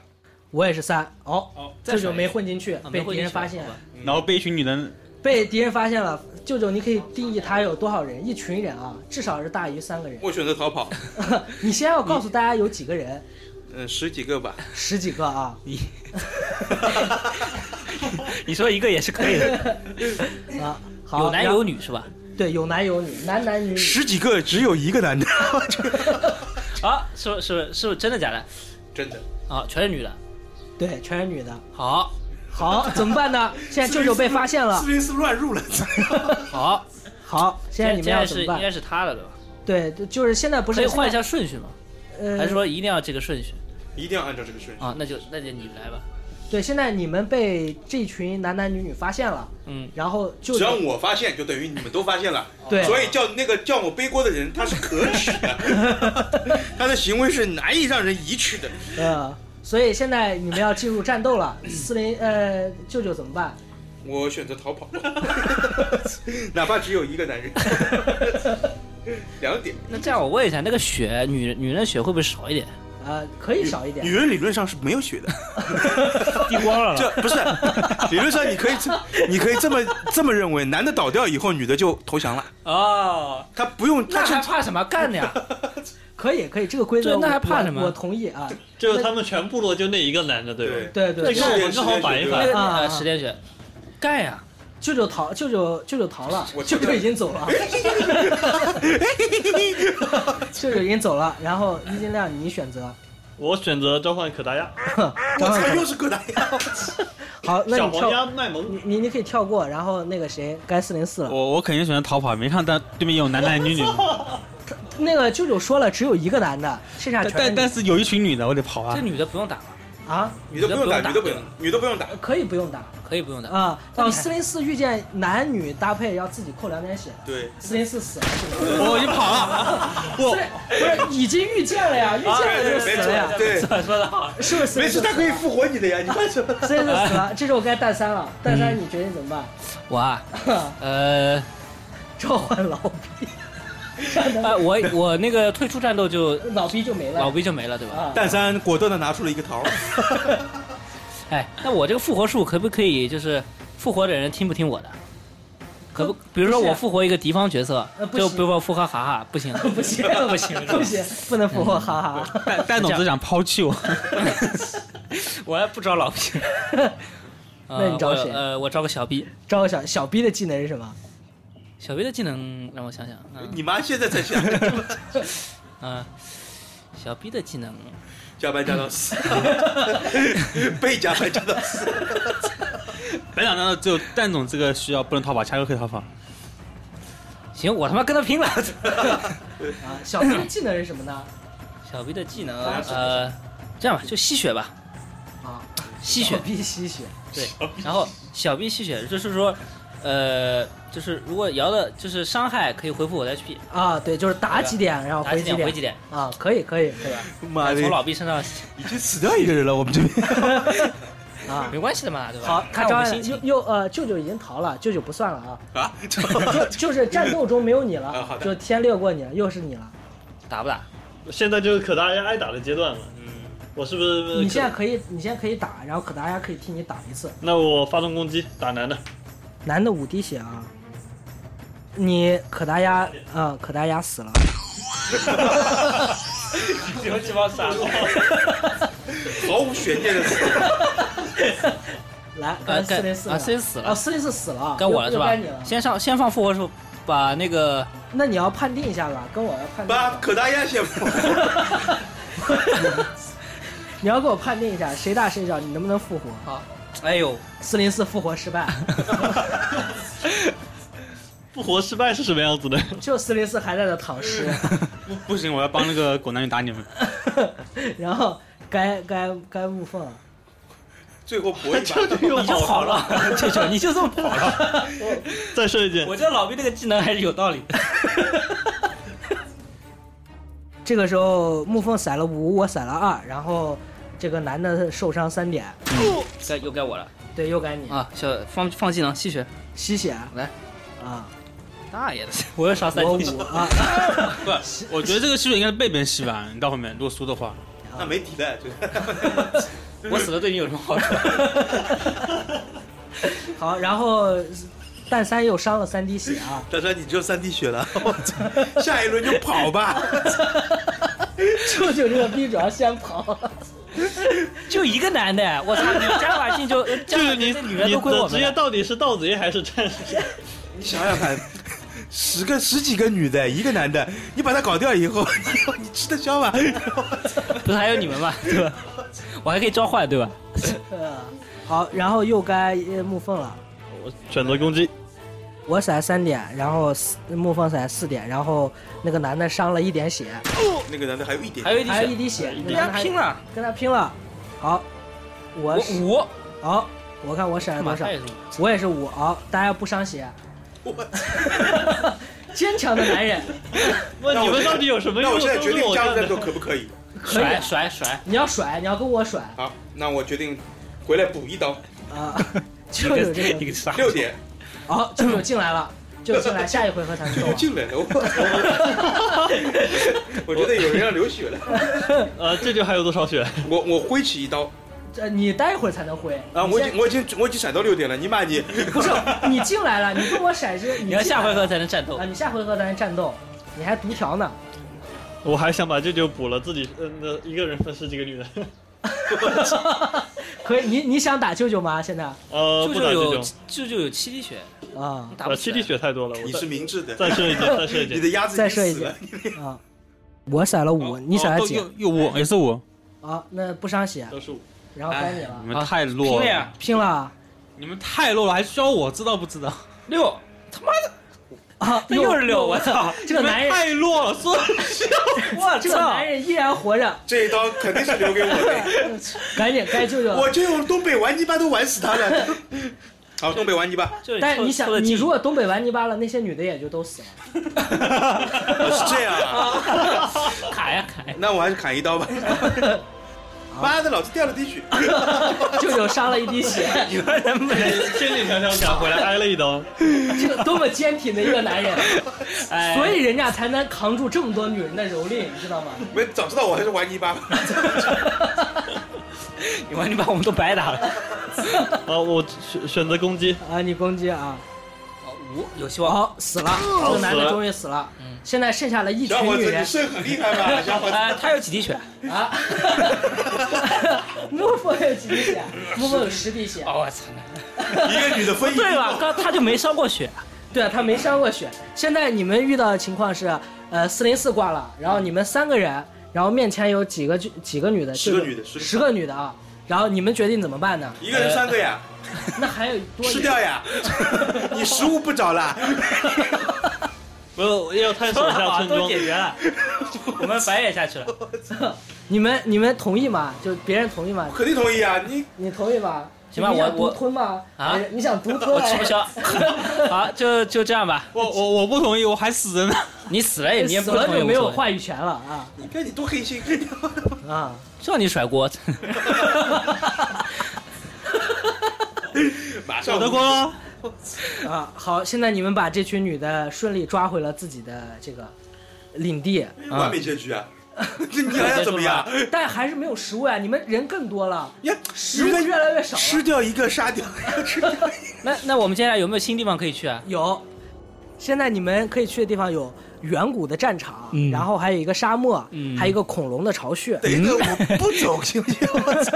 [SPEAKER 6] 我也是三，哦，
[SPEAKER 2] 再
[SPEAKER 6] 舅
[SPEAKER 2] 甩
[SPEAKER 6] 舅
[SPEAKER 2] 一
[SPEAKER 6] 没
[SPEAKER 2] 次
[SPEAKER 6] 混进去，被
[SPEAKER 2] 啊没混
[SPEAKER 6] 敌
[SPEAKER 2] 进
[SPEAKER 6] 人
[SPEAKER 2] 去
[SPEAKER 6] 发现
[SPEAKER 2] 好
[SPEAKER 6] 了
[SPEAKER 2] 吧。
[SPEAKER 8] 然后被一群女 人，
[SPEAKER 6] 被敌人发现了，舅舅，你可以定义他有多少人，一群人啊，至少是大于三个人。
[SPEAKER 3] 我选择逃跑。
[SPEAKER 6] 你先要告诉大家有几个人，
[SPEAKER 3] 嗯，十几个吧。
[SPEAKER 6] 十几个啊
[SPEAKER 2] 你说一个也是可以的，
[SPEAKER 6] 啊，好，
[SPEAKER 2] 有男
[SPEAKER 6] 然后
[SPEAKER 2] 有，女是吧？
[SPEAKER 6] 对，有男有女，男男女女，
[SPEAKER 3] 十几个只有一个男的，
[SPEAKER 2] 啊，是不是是不是真的假的？
[SPEAKER 3] 真的。
[SPEAKER 2] 啊，全是女的。
[SPEAKER 6] 对，全是女的。
[SPEAKER 2] 好，
[SPEAKER 6] 好，怎么办呢？现在舅舅被发现了
[SPEAKER 3] 四，零四乱入了。
[SPEAKER 2] 好，
[SPEAKER 6] 好，现在你们
[SPEAKER 2] 现
[SPEAKER 6] 要
[SPEAKER 2] 在
[SPEAKER 6] 怎么
[SPEAKER 2] 是应该
[SPEAKER 6] 办？
[SPEAKER 2] 是他了，对吧？
[SPEAKER 6] 对，就就是现在不
[SPEAKER 2] 不
[SPEAKER 6] 是
[SPEAKER 2] 可以换一
[SPEAKER 6] 现
[SPEAKER 2] 下顺序吗？
[SPEAKER 6] 在呃，
[SPEAKER 2] 还是说一定要这个顺序
[SPEAKER 3] 一定要按照这个顺序。
[SPEAKER 2] 啊？那就那就你来吧。
[SPEAKER 6] 对，现在你们被这群男男女女发现了，
[SPEAKER 2] 嗯，
[SPEAKER 6] 然后舅
[SPEAKER 3] 只要
[SPEAKER 6] 舅
[SPEAKER 3] 我发现，就等于你们都发现了。
[SPEAKER 6] 对
[SPEAKER 3] 所以叫那个叫我背锅的人，他是可耻的，他的行为是难以让人移去的。
[SPEAKER 6] 呃，所以现在你们要进入战 斗了，四零呃，舅舅怎么办？
[SPEAKER 3] 我选择逃跑，哪怕只有一个男人。两点，
[SPEAKER 2] 那这样我问一下，那个血，女女人的血会不会少一点？
[SPEAKER 6] 呃，可以少一点
[SPEAKER 3] 女，人理论上是没有血的，
[SPEAKER 2] 滴光了
[SPEAKER 3] 这不是理论上你可以这你可以这么这么认为，男的倒掉以后，女的就投降了，
[SPEAKER 2] 哦，
[SPEAKER 3] 他不用他
[SPEAKER 2] 那还
[SPEAKER 3] 是
[SPEAKER 2] 怕什么干 的呀？
[SPEAKER 6] 可以可以，这个规则
[SPEAKER 2] 对那
[SPEAKER 6] 我
[SPEAKER 2] 还怕
[SPEAKER 6] 我
[SPEAKER 2] 什么
[SPEAKER 6] 我同意啊，
[SPEAKER 7] 就是他们全部落就那一个男的，对吧？
[SPEAKER 6] 对对
[SPEAKER 7] 这
[SPEAKER 6] 对
[SPEAKER 7] 跟我们正好反一
[SPEAKER 2] 那
[SPEAKER 7] 反
[SPEAKER 2] 个。
[SPEAKER 6] 啊啊
[SPEAKER 2] 呃，十点血，干呀！
[SPEAKER 6] 舅舅逃，舅舅舅舅逃了
[SPEAKER 3] 我，
[SPEAKER 6] 舅舅已经走 了，舅舅已经走了。然后一斤亮，你选 择，
[SPEAKER 7] 我选择召唤可达鸭、
[SPEAKER 3] 我操，又是葛大爷。
[SPEAKER 6] 好，那
[SPEAKER 7] 小
[SPEAKER 6] 你
[SPEAKER 7] 黄鸭、
[SPEAKER 6] 跳，
[SPEAKER 7] 卖萌
[SPEAKER 6] 你。你你可以跳过。然后那个谁，该四零四
[SPEAKER 3] 哦
[SPEAKER 6] 了。
[SPEAKER 8] 我我肯定选择逃跑，没看到对面有男男女女吗，
[SPEAKER 6] 那个舅舅说了，只有一个男的，剩下
[SPEAKER 8] 但
[SPEAKER 6] 全是
[SPEAKER 8] 但
[SPEAKER 6] 女
[SPEAKER 8] 但是有一群女的，我得跑啊
[SPEAKER 2] 这。女的不用打了，
[SPEAKER 6] 啊，
[SPEAKER 3] 女的不用打，女的不用，女的不用打。
[SPEAKER 6] 可以不用打
[SPEAKER 2] 可以不用 打。
[SPEAKER 6] 啊。
[SPEAKER 2] 那
[SPEAKER 6] 到
[SPEAKER 2] 你
[SPEAKER 6] 四零四遇见男女搭配要自己扣两点血的。
[SPEAKER 3] 对，
[SPEAKER 6] 四零四死了是吗？
[SPEAKER 8] 我已经跑了，
[SPEAKER 6] 不是不是已经遇见了呀，遇见了就
[SPEAKER 3] 对，
[SPEAKER 6] 死
[SPEAKER 3] 没
[SPEAKER 6] 了呀
[SPEAKER 3] 错，，对，
[SPEAKER 2] 说的好，
[SPEAKER 6] 是不是？
[SPEAKER 3] 没事，他可以复活你的呀，你为什么？
[SPEAKER 6] 四零四死了，这是我该蛋三了，蛋三你决定怎么办？
[SPEAKER 2] 我啊，呃，
[SPEAKER 6] 召唤老逼，
[SPEAKER 2] 哎，我我那个退出战斗就
[SPEAKER 6] 老逼就没了。
[SPEAKER 2] 老毕就没了，对吧？
[SPEAKER 6] 啊，
[SPEAKER 3] 蛋三果断的拿出了一个桃儿，
[SPEAKER 2] 哎，那我这个复活术可不可以就是复活的人听不听我的？可不，啊比如说
[SPEAKER 6] 不是
[SPEAKER 2] 我复活一个敌方角色
[SPEAKER 6] 呃，不
[SPEAKER 2] 就
[SPEAKER 6] 行
[SPEAKER 2] 比如说复活哈哈， 不行，
[SPEAKER 6] 不行不行不行，不能复活，哈哈。
[SPEAKER 8] 蛋蛋总
[SPEAKER 2] 这
[SPEAKER 8] 只想抛弃我。
[SPEAKER 2] 我还不招老 毕。呃
[SPEAKER 6] 那你招
[SPEAKER 2] 我
[SPEAKER 6] 谁
[SPEAKER 2] 呃，我招个小 B。
[SPEAKER 6] 招个小小逼的技能是什么？
[SPEAKER 2] 小 B 的技能让我想想，嗯、
[SPEAKER 3] 你妈现在才想，
[SPEAKER 2] 嗯、小 B 的技能，
[SPEAKER 3] 加班加到 死，被加班加到死。
[SPEAKER 8] 本场战斗只有蛋总这个需要不能逃跑，恰哥可以逃跑。
[SPEAKER 2] 行，我他妈跟他 拼了。
[SPEAKER 6] 啊，小逼的技能是什么呢？
[SPEAKER 2] 小 B 的技能，呃，这样吧，就吸血吧，
[SPEAKER 6] 啊，
[SPEAKER 2] 吸
[SPEAKER 6] 小
[SPEAKER 2] 血。
[SPEAKER 6] 逼吸血。
[SPEAKER 2] 对，然后小 B 吸血就是说，呃，就是如果摇的就是伤害可以恢复我的 HP，
[SPEAKER 6] 啊，对，就是打几点，然后
[SPEAKER 2] 打
[SPEAKER 6] 回
[SPEAKER 2] 几点
[SPEAKER 6] 点，
[SPEAKER 2] 回几点，
[SPEAKER 6] 啊，可以可以，对
[SPEAKER 3] 妈的
[SPEAKER 2] 从，老 B 身上
[SPEAKER 3] 已经死掉一个人了，我们这边。
[SPEAKER 6] 吧？啊
[SPEAKER 2] 没，关系的嘛，对吧？
[SPEAKER 6] 好，他
[SPEAKER 2] 看我
[SPEAKER 6] 招
[SPEAKER 2] 们
[SPEAKER 6] 了
[SPEAKER 2] 心
[SPEAKER 6] 又
[SPEAKER 2] 情。
[SPEAKER 6] 又呃，舅舅已经逃了，舅舅不算了啊，
[SPEAKER 3] 啊，
[SPEAKER 6] 就就是战斗中没有你
[SPEAKER 3] 啊
[SPEAKER 6] 了
[SPEAKER 3] 好，的
[SPEAKER 6] 就天掠过你了，又是你了，
[SPEAKER 2] 打不打？
[SPEAKER 7] 现在就是可大家挨打的阶段了。嗯，我是不
[SPEAKER 3] 呃
[SPEAKER 7] 是？
[SPEAKER 6] 你现在可以，你现在可以打，然后可达鸭可以替你打一次，
[SPEAKER 7] 那我发动攻击打男的，
[SPEAKER 6] 男的五滴血啊，你可达鸭啊，可达鸭死 了，
[SPEAKER 7] 你们鸡巴傻 帽。
[SPEAKER 3] 毫无悬念的死。
[SPEAKER 6] 来，
[SPEAKER 2] 呃
[SPEAKER 6] 该四零四
[SPEAKER 2] 该啊404死了
[SPEAKER 6] 哦，四零四死了，
[SPEAKER 2] 该我了
[SPEAKER 6] 又
[SPEAKER 2] 是
[SPEAKER 6] 又
[SPEAKER 2] 吧
[SPEAKER 6] 该你了？，
[SPEAKER 2] 先上先放复活术，把那个
[SPEAKER 6] 那你要判定一下吧，跟我要判定一
[SPEAKER 3] 妈，
[SPEAKER 6] 下，
[SPEAKER 3] 可大鸭先跑。
[SPEAKER 6] 你要给我判定一下，谁大谁小，你能不能复活？
[SPEAKER 2] 好，哎呦，
[SPEAKER 6] 四零四复活失 败。
[SPEAKER 7] 复活失败是什么样子的？
[SPEAKER 6] 就四零四还在那躺尸，
[SPEAKER 8] 不 不行，我要帮那个狗男女打你们。
[SPEAKER 6] 然后该该该悟凤了，
[SPEAKER 3] 最后搏一把，
[SPEAKER 2] 你就跑了，舅舅你就 这么跑了。
[SPEAKER 7] 再说一 遍
[SPEAKER 2] 我，觉得老 B 这个技能还是有道理的。
[SPEAKER 6] 这个时候沐凤闪了五，我闪了二，然后这个男的受伤三点，
[SPEAKER 2] 该又该我了
[SPEAKER 6] 对，又该你
[SPEAKER 2] 啊！小放放技能吸血，
[SPEAKER 6] 吸血
[SPEAKER 2] 来，
[SPEAKER 6] 啊，
[SPEAKER 2] 大爷的， 我又杀三
[SPEAKER 6] 我
[SPEAKER 2] 滴
[SPEAKER 6] 五 啊，
[SPEAKER 8] 不，我觉得这个吸血应该是被别人吸吧。你到后面如果输的话，
[SPEAKER 3] 那没底了。 这个
[SPEAKER 2] 我死了对你有什么好处？
[SPEAKER 6] 好，然后蛋三又伤了三滴血啊，
[SPEAKER 3] 大山，你只有三滴血了， 我操下一轮就跑吧。
[SPEAKER 6] 舅舅这个逼主要先跑，
[SPEAKER 2] 就一个男的，我操！ 你加把劲就呃
[SPEAKER 7] 就
[SPEAKER 2] 加把
[SPEAKER 7] 是
[SPEAKER 2] 劲
[SPEAKER 7] 你
[SPEAKER 2] 这女人
[SPEAKER 7] 你
[SPEAKER 2] 都归我
[SPEAKER 7] 的
[SPEAKER 2] 们
[SPEAKER 7] 职
[SPEAKER 2] 了
[SPEAKER 7] 业到底是盗贼还是战士？
[SPEAKER 3] 你想想看，十个十几个女的，一个男的，你把他搞掉以后， 你你吃得消吗？
[SPEAKER 2] 不是还有你们吗？对吧？我还可以召唤，对吧？
[SPEAKER 6] 呃 好，然后又该呃沐凤了。
[SPEAKER 7] 我选择攻击，
[SPEAKER 6] 我闪三点，然后四沐凤闪四点，然后那个男的伤了一点血，
[SPEAKER 3] 那个男的还有一点，
[SPEAKER 2] 还有一滴
[SPEAKER 6] 还有一
[SPEAKER 2] 血，
[SPEAKER 6] 滴血，
[SPEAKER 2] 跟他拼了，
[SPEAKER 6] 跟他拼了。好，我
[SPEAKER 2] 我
[SPEAKER 6] 是
[SPEAKER 2] 五，
[SPEAKER 6] 好、我看我闪了
[SPEAKER 2] 马
[SPEAKER 6] 多少
[SPEAKER 2] 上，也是五。
[SPEAKER 6] 我也是五。好、大家不伤血，
[SPEAKER 3] 我
[SPEAKER 6] 坚强的男人。
[SPEAKER 7] 问
[SPEAKER 3] 那
[SPEAKER 7] 你
[SPEAKER 3] 我
[SPEAKER 7] 们到底有什么
[SPEAKER 3] 那
[SPEAKER 7] 用？
[SPEAKER 3] 我现在
[SPEAKER 7] 都
[SPEAKER 3] 决
[SPEAKER 7] 是
[SPEAKER 3] 定
[SPEAKER 7] 我
[SPEAKER 3] 加入
[SPEAKER 7] 干
[SPEAKER 3] 战
[SPEAKER 7] 的
[SPEAKER 3] 斗，可不可以？
[SPEAKER 6] 可以
[SPEAKER 2] 甩，甩甩，
[SPEAKER 6] 你要甩，你要跟我甩
[SPEAKER 3] 好，那我决定回来补一刀，
[SPEAKER 6] 啊！就有这个，
[SPEAKER 8] 杀
[SPEAKER 3] 六点
[SPEAKER 6] 好，就有进来了，就有进来，下一回合才能
[SPEAKER 3] 流
[SPEAKER 6] 动
[SPEAKER 3] 进来 了。我我觉得有人要流血了，
[SPEAKER 7] 呃，这就还有多少血？
[SPEAKER 3] 我我挥起一刀
[SPEAKER 6] 呃，你待会儿才能挥
[SPEAKER 3] 啊！
[SPEAKER 6] 你
[SPEAKER 3] 我已
[SPEAKER 6] 先
[SPEAKER 3] 经我已经我已经闪到六点了，你妈你
[SPEAKER 6] 不是你进来了，你跟我甩是，你
[SPEAKER 2] 你要
[SPEAKER 6] 进来
[SPEAKER 2] 下回
[SPEAKER 6] 了
[SPEAKER 2] 合才能战斗
[SPEAKER 6] 啊，。你下回合咱战斗，你还独条呢。
[SPEAKER 7] 我还想把舅舅补了，自己呃那一个人分十几 个女人。
[SPEAKER 6] 可以，你你想打舅舅吗？现在
[SPEAKER 7] 呃，
[SPEAKER 2] 舅
[SPEAKER 7] 不
[SPEAKER 2] 舅
[SPEAKER 7] 打
[SPEAKER 2] 有
[SPEAKER 7] 舅舅，
[SPEAKER 2] 舅舅有七滴血，
[SPEAKER 6] 啊
[SPEAKER 2] 你打不
[SPEAKER 7] 呃，
[SPEAKER 2] 起
[SPEAKER 7] 七
[SPEAKER 2] 来
[SPEAKER 7] 滴。血太多了。我
[SPEAKER 3] 你
[SPEAKER 7] 再
[SPEAKER 3] 是明智的，
[SPEAKER 7] 再射一 箭，再射一
[SPEAKER 3] 你
[SPEAKER 7] 箭。
[SPEAKER 3] 的鸭子
[SPEAKER 6] 再
[SPEAKER 3] 已
[SPEAKER 6] 射一
[SPEAKER 3] 经死了。
[SPEAKER 6] 啊，我闪了五，你闪了几？
[SPEAKER 8] 哦又又五，也是五。
[SPEAKER 6] 啊，那不伤血，
[SPEAKER 7] 都是五。
[SPEAKER 6] 然后该你了
[SPEAKER 8] 你，们太弱
[SPEAKER 2] 拼了
[SPEAKER 8] 了
[SPEAKER 2] 呀，，
[SPEAKER 6] 拼了
[SPEAKER 8] 你们太弱了，还需要我知道不知道？
[SPEAKER 2] 六，
[SPEAKER 6] 啊！
[SPEAKER 2] 又是六，我操！
[SPEAKER 6] 这个男人
[SPEAKER 8] 太弱了，说
[SPEAKER 6] 我操，这个男人依然活着，
[SPEAKER 3] 这一刀肯定是留给我的，
[SPEAKER 6] 赶紧该救救他。
[SPEAKER 3] 我就用东北玩泥巴都玩死他了。好，东北玩泥巴，
[SPEAKER 2] 就是
[SPEAKER 6] 但是
[SPEAKER 2] 凑
[SPEAKER 6] 你
[SPEAKER 2] 凑得
[SPEAKER 6] 想，你
[SPEAKER 2] 近
[SPEAKER 6] 如果东北玩泥巴了，那些女的也就都死了。
[SPEAKER 3] 是这样啊？
[SPEAKER 2] 砍呀砍呀，
[SPEAKER 3] 那我还是砍一刀吧。妈的，老子掉了滴血。
[SPEAKER 6] 舅舅伤了一滴血，
[SPEAKER 7] 千里迢迢赶回来挨了一刀，
[SPEAKER 6] 这个多么坚挺的一个男 人，
[SPEAKER 2] 哎，
[SPEAKER 6] 所以人家才能扛住这么多女人的蹂躏，你知道吗？
[SPEAKER 3] 没，早知道我还是玩泥巴吧。
[SPEAKER 2] 你完你把我们都白打了。
[SPEAKER 7] 啊，我选选择攻击，
[SPEAKER 6] 啊，你攻击啊！
[SPEAKER 2] 五有希望，
[SPEAKER 6] 好，死了，嗯这个男的终于死了。现在剩下了一群
[SPEAKER 3] 小伙
[SPEAKER 6] 女
[SPEAKER 3] 子，
[SPEAKER 6] 人
[SPEAKER 3] 你肾很厉害吧？小伙子，
[SPEAKER 2] 哎，他有几滴血？
[SPEAKER 6] 啊。 莫夫有几滴血？莫夫有十滴血。啊
[SPEAKER 2] 哦，我操！
[SPEAKER 3] 一个女的分一
[SPEAKER 2] 对吧？
[SPEAKER 3] 个。
[SPEAKER 2] 刚他就没伤过血，
[SPEAKER 6] 对啊，他没伤过血。现在你们遇到的情况是，呃，四零四挂了，然后你们三个人，然后面前有几个就几个女的，
[SPEAKER 3] 十个
[SPEAKER 6] 就是
[SPEAKER 3] 女的十个
[SPEAKER 6] 十个女的啊。然后你们决定怎么办呢？呃
[SPEAKER 3] 一个人三个呀，
[SPEAKER 6] 那还有多一
[SPEAKER 3] 吃
[SPEAKER 6] 个
[SPEAKER 3] 掉 呀！你食物不找啦？
[SPEAKER 7] 没有要探索一下村
[SPEAKER 2] 都
[SPEAKER 7] 庄
[SPEAKER 2] 解，决了，我们白眼下去了。
[SPEAKER 6] 你们你们同意吗？就别人同意吗？
[SPEAKER 3] 肯定同意啊！你
[SPEAKER 6] 你同意吧？
[SPEAKER 2] 行吧
[SPEAKER 6] 你想
[SPEAKER 2] 我我
[SPEAKER 6] 独吞吗？
[SPEAKER 2] 啊
[SPEAKER 6] 还是你想独吞？
[SPEAKER 2] 我
[SPEAKER 6] 哎
[SPEAKER 2] 吃不 消， 好，就就这样吧。
[SPEAKER 8] 我我我不同意，我还死着呢。
[SPEAKER 2] 你死了也你也
[SPEAKER 6] 死
[SPEAKER 2] 不
[SPEAKER 6] 了
[SPEAKER 2] 能
[SPEAKER 6] 就没有，话语权了啊
[SPEAKER 3] 你看你多黑心！
[SPEAKER 6] 啊！
[SPEAKER 2] 让你甩锅。
[SPEAKER 3] 马上
[SPEAKER 8] 我的光，
[SPEAKER 6] 啊，好，现在你们把这群女的顺利抓回了自己的这个领地，
[SPEAKER 3] 完美结局啊！这你还要怎么样？
[SPEAKER 6] 但还是没有食物啊！你们人更多了，
[SPEAKER 3] 呀，
[SPEAKER 6] 食物越来越少
[SPEAKER 3] 吃
[SPEAKER 6] 了。
[SPEAKER 3] 掉一个，杀掉 一个，吃掉一个。
[SPEAKER 2] 那那我们接下来有没有新地方可以去啊？
[SPEAKER 6] 有，现在你们可以去的地方有远古的战场，然后还有一个沙漠，还有一个恐龙的巢穴。
[SPEAKER 3] 等一等，我不走行不 行？我操！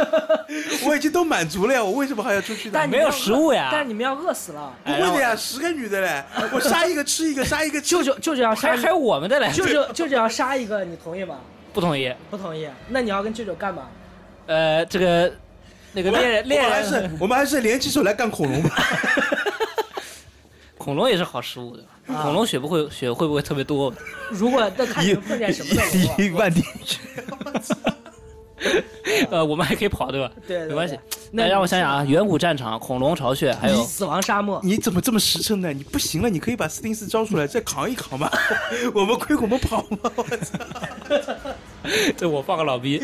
[SPEAKER 3] 我已经都满足了呀，我为什么还要出去呢？
[SPEAKER 6] 但你
[SPEAKER 2] 没
[SPEAKER 6] 们
[SPEAKER 2] 有
[SPEAKER 6] 要
[SPEAKER 2] 食
[SPEAKER 6] 饿
[SPEAKER 2] 物呀
[SPEAKER 6] 但是你们要饿死了。
[SPEAKER 3] 不会的哎呀，十个女的嘞，我杀一个吃一个，杀一个吃
[SPEAKER 6] 舅舅舅舅要杀
[SPEAKER 2] 还
[SPEAKER 6] 你
[SPEAKER 2] 还，有我们的嘞，
[SPEAKER 6] 舅舅舅舅要杀一个，你同意吗？
[SPEAKER 2] 不同意。
[SPEAKER 6] 不同意。那你要跟舅舅干嘛？
[SPEAKER 2] 呃，这个那个猎人猎
[SPEAKER 3] 我们还
[SPEAKER 2] 人
[SPEAKER 3] 是我们还是联起手来干恐龙吧。
[SPEAKER 2] 恐龙也是好食物的，恐龙血不会血会不会特别多？
[SPEAKER 6] 如果那看你们碰
[SPEAKER 3] 哎
[SPEAKER 6] 见什么的龙 了，
[SPEAKER 3] 万点
[SPEAKER 2] 呃，我们还可以跑对吧？
[SPEAKER 6] 对对对
[SPEAKER 2] 没关系。
[SPEAKER 6] 那
[SPEAKER 2] 那让我想想啊，远古战场、恐龙巢穴，还 有
[SPEAKER 6] 死亡沙漠。
[SPEAKER 3] 你怎么这么实诚呢？你不行了，你可以把四零四招出来，再扛一扛吧。 我们亏我们跑吗？我操！
[SPEAKER 2] 这我放个老逼。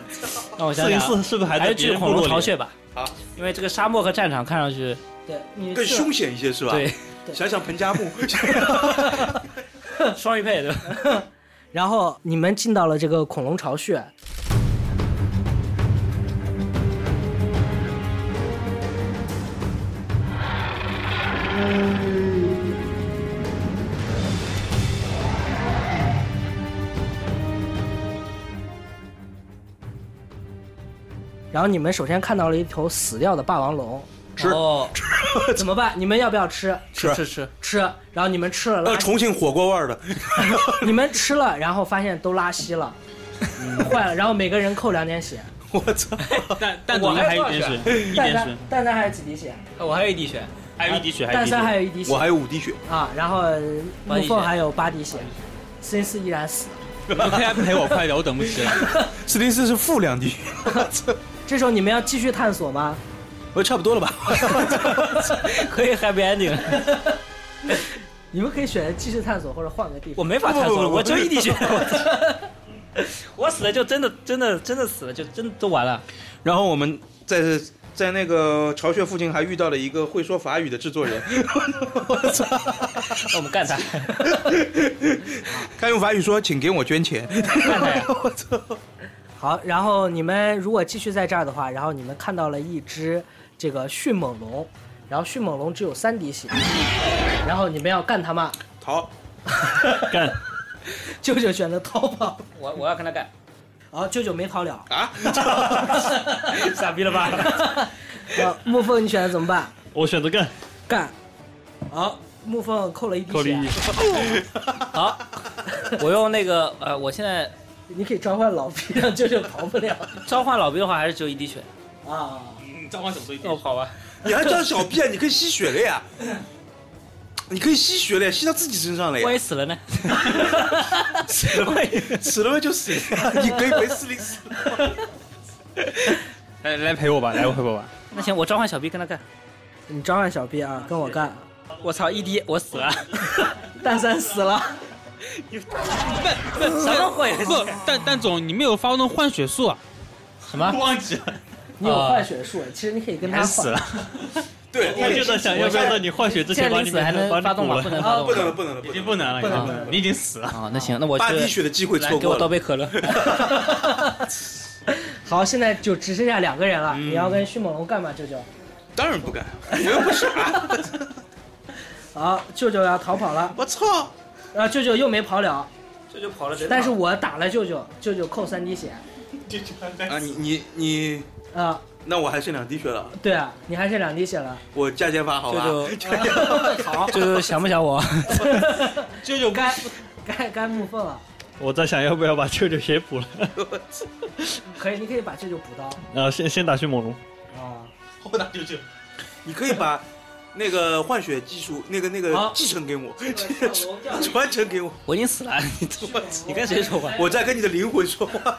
[SPEAKER 2] 让我
[SPEAKER 7] 四
[SPEAKER 2] 想
[SPEAKER 7] 零
[SPEAKER 2] 想
[SPEAKER 7] 四
[SPEAKER 2] 啊，
[SPEAKER 7] 是不是还
[SPEAKER 2] 还
[SPEAKER 7] 在
[SPEAKER 2] 是
[SPEAKER 7] 别
[SPEAKER 2] 去
[SPEAKER 7] 人部
[SPEAKER 2] 恐
[SPEAKER 7] 落
[SPEAKER 2] 龙
[SPEAKER 7] 里
[SPEAKER 2] 巢 穴吧。
[SPEAKER 3] 好，
[SPEAKER 2] 因为这个沙漠和战场看上去
[SPEAKER 6] 对，你
[SPEAKER 3] 更
[SPEAKER 6] 是
[SPEAKER 3] 凶险一些是吧？
[SPEAKER 2] 对。
[SPEAKER 3] 想想彭加 木，
[SPEAKER 2] 双玉佩对吧？
[SPEAKER 6] 然后你们进到了这个恐龙巢穴，然后你们首先看到了一头死掉的霸王龙，
[SPEAKER 2] 吃哦，
[SPEAKER 6] 怎么办？你们要不要吃？
[SPEAKER 3] 吃
[SPEAKER 2] 吃吃，
[SPEAKER 6] 吃，然后你们吃了
[SPEAKER 3] 呃，
[SPEAKER 6] 拉
[SPEAKER 3] 重庆火锅味儿的，
[SPEAKER 6] 你们吃了，然后发现都拉稀了，坏了，然后每个人扣两点血。
[SPEAKER 3] 我操！
[SPEAKER 8] 但但
[SPEAKER 2] 我
[SPEAKER 8] 总还
[SPEAKER 2] 还
[SPEAKER 8] 有
[SPEAKER 2] 多
[SPEAKER 8] 一
[SPEAKER 2] 少
[SPEAKER 8] 点水，一
[SPEAKER 6] 蛋
[SPEAKER 8] 点
[SPEAKER 6] 三
[SPEAKER 8] 水，
[SPEAKER 6] 蛋三还有几滴血？
[SPEAKER 2] 啊我还有一滴血，
[SPEAKER 7] 还有一滴血，还有一
[SPEAKER 6] 蛋
[SPEAKER 7] 滴
[SPEAKER 6] 三还
[SPEAKER 7] 血，
[SPEAKER 6] 有一滴血。
[SPEAKER 3] 我还有五滴血，
[SPEAKER 6] 啊，然后
[SPEAKER 2] 八滴
[SPEAKER 6] 木
[SPEAKER 2] 血
[SPEAKER 6] 凤还有八滴血，森四依然死。
[SPEAKER 8] 你们可以陪我快一点，我等不及了。
[SPEAKER 3] 四零四是负两滴，我操！
[SPEAKER 6] 这时候你们要继续探索吗？
[SPEAKER 3] 我差不多了吧？
[SPEAKER 2] 可以 happy ending。
[SPEAKER 6] 你们可以选择继续探索或者换个地
[SPEAKER 2] 我
[SPEAKER 6] 方。
[SPEAKER 2] 没法探
[SPEAKER 3] 不不
[SPEAKER 2] 索，
[SPEAKER 3] 不不
[SPEAKER 2] 我就一滴血。我我死了就真的真的真的死了，就真的都完了。
[SPEAKER 3] 然后我们在在那个巢穴附近还遇到了一个会说法语的制作 人，我操！
[SPEAKER 2] 那我们干他，
[SPEAKER 3] 他用法语说：“请给我捐 钱。
[SPEAKER 2] 干他呀！
[SPEAKER 3] 我操！
[SPEAKER 6] 好，然后你们如果继续在这儿的话，然后你们看到了一只这个迅猛龙，然后迅猛龙只有三滴血，然后你们要干他们，
[SPEAKER 3] 逃！
[SPEAKER 7] 干，
[SPEAKER 6] 舅舅选择逃跑，
[SPEAKER 2] 我我要跟他干，
[SPEAKER 6] 啊，舅舅没逃了。
[SPEAKER 2] 傻逼了吧？
[SPEAKER 6] 啊，木凤，你选择怎么办？
[SPEAKER 7] 我选择干，
[SPEAKER 6] 干。好，木凤扣了一滴
[SPEAKER 7] 扣零
[SPEAKER 6] 血
[SPEAKER 7] 一，，
[SPEAKER 2] 好，我用那个呃，我现在
[SPEAKER 6] 你可以召唤老皮，让舅舅逃不了
[SPEAKER 2] 召唤老兵的话还是只有一滴血。
[SPEAKER 6] 啊。
[SPEAKER 7] 嗯
[SPEAKER 8] 召唤什么东西
[SPEAKER 2] 那我跑吧。
[SPEAKER 3] 你还叫小屁啊？你可以吸血的呀！你可以吸血嘞，吸到自己身上了呀
[SPEAKER 2] 万一死了呢？
[SPEAKER 3] 死了呗，死了呗就 死呀，你可以没四零四。
[SPEAKER 8] 来来陪我吧，来陪我吧。
[SPEAKER 2] 那行，我召唤小 B 跟他干。
[SPEAKER 6] 你召唤小 B 啊，跟我干。
[SPEAKER 2] 我操，一滴我死了，
[SPEAKER 6] 蛋三死了，
[SPEAKER 2] 什么鬼？啊
[SPEAKER 8] 不，蛋蛋总，你没有发动换血术啊？
[SPEAKER 2] 什么？
[SPEAKER 8] 忘记了，
[SPEAKER 6] 你有换血术，其实你可以跟他
[SPEAKER 8] 还
[SPEAKER 6] 换。
[SPEAKER 8] 死了。
[SPEAKER 3] 对，
[SPEAKER 7] 我就在想要不要在你换血之
[SPEAKER 2] 现
[SPEAKER 7] 前
[SPEAKER 2] 在
[SPEAKER 7] 把
[SPEAKER 2] 临
[SPEAKER 7] 你
[SPEAKER 2] 死还能
[SPEAKER 7] 把你
[SPEAKER 2] 发动吗？
[SPEAKER 7] 补
[SPEAKER 2] 哦不
[SPEAKER 7] 了
[SPEAKER 2] 能 发动
[SPEAKER 3] 不能了，不能了，不
[SPEAKER 8] 已
[SPEAKER 3] 能
[SPEAKER 8] 经
[SPEAKER 3] 了。
[SPEAKER 8] 不能了，已
[SPEAKER 2] 不
[SPEAKER 8] 经
[SPEAKER 2] 能
[SPEAKER 8] 不能了，你已经死了。
[SPEAKER 2] 啊，那行，那我
[SPEAKER 3] 大滴
[SPEAKER 2] 去
[SPEAKER 3] 血的机会
[SPEAKER 2] 来
[SPEAKER 3] 错
[SPEAKER 2] 给
[SPEAKER 3] 过
[SPEAKER 2] 我倒
[SPEAKER 3] 了。
[SPEAKER 2] 杯可 乐。
[SPEAKER 6] 好，现在就只剩下两个人了。
[SPEAKER 2] 嗯
[SPEAKER 6] 你要跟迅猛龙干嘛，舅舅？
[SPEAKER 3] 当然不敢，我又不傻。
[SPEAKER 6] 好，舅舅要逃跑了，
[SPEAKER 3] 我操！
[SPEAKER 6] 啊，舅舅又没跑了，
[SPEAKER 2] 这就跑了，
[SPEAKER 6] 但是我打了舅舅，舅舅扣三滴血。
[SPEAKER 3] 啊，你你你，
[SPEAKER 6] 啊，
[SPEAKER 3] 那我还剩两滴血了，
[SPEAKER 6] 对啊，你还剩两滴 血了。
[SPEAKER 3] 我加减法好吧？
[SPEAKER 2] 这 好，就是想不想我？
[SPEAKER 7] 舅舅
[SPEAKER 6] 该该该木凤了，
[SPEAKER 7] 我在想要不要把舅舅血 补了，
[SPEAKER 6] 可以，你可以把舅舅补刀。
[SPEAKER 7] 然后哦先先打迅猛龙，
[SPEAKER 6] 啊，
[SPEAKER 7] 我打舅舅，
[SPEAKER 3] 你可以把那个换血技术，那个那个
[SPEAKER 6] 好
[SPEAKER 3] 继承给我， 传承给我，
[SPEAKER 2] 我已经死了，你他妈你跟谁说话？
[SPEAKER 3] 我在跟你的灵魂说话。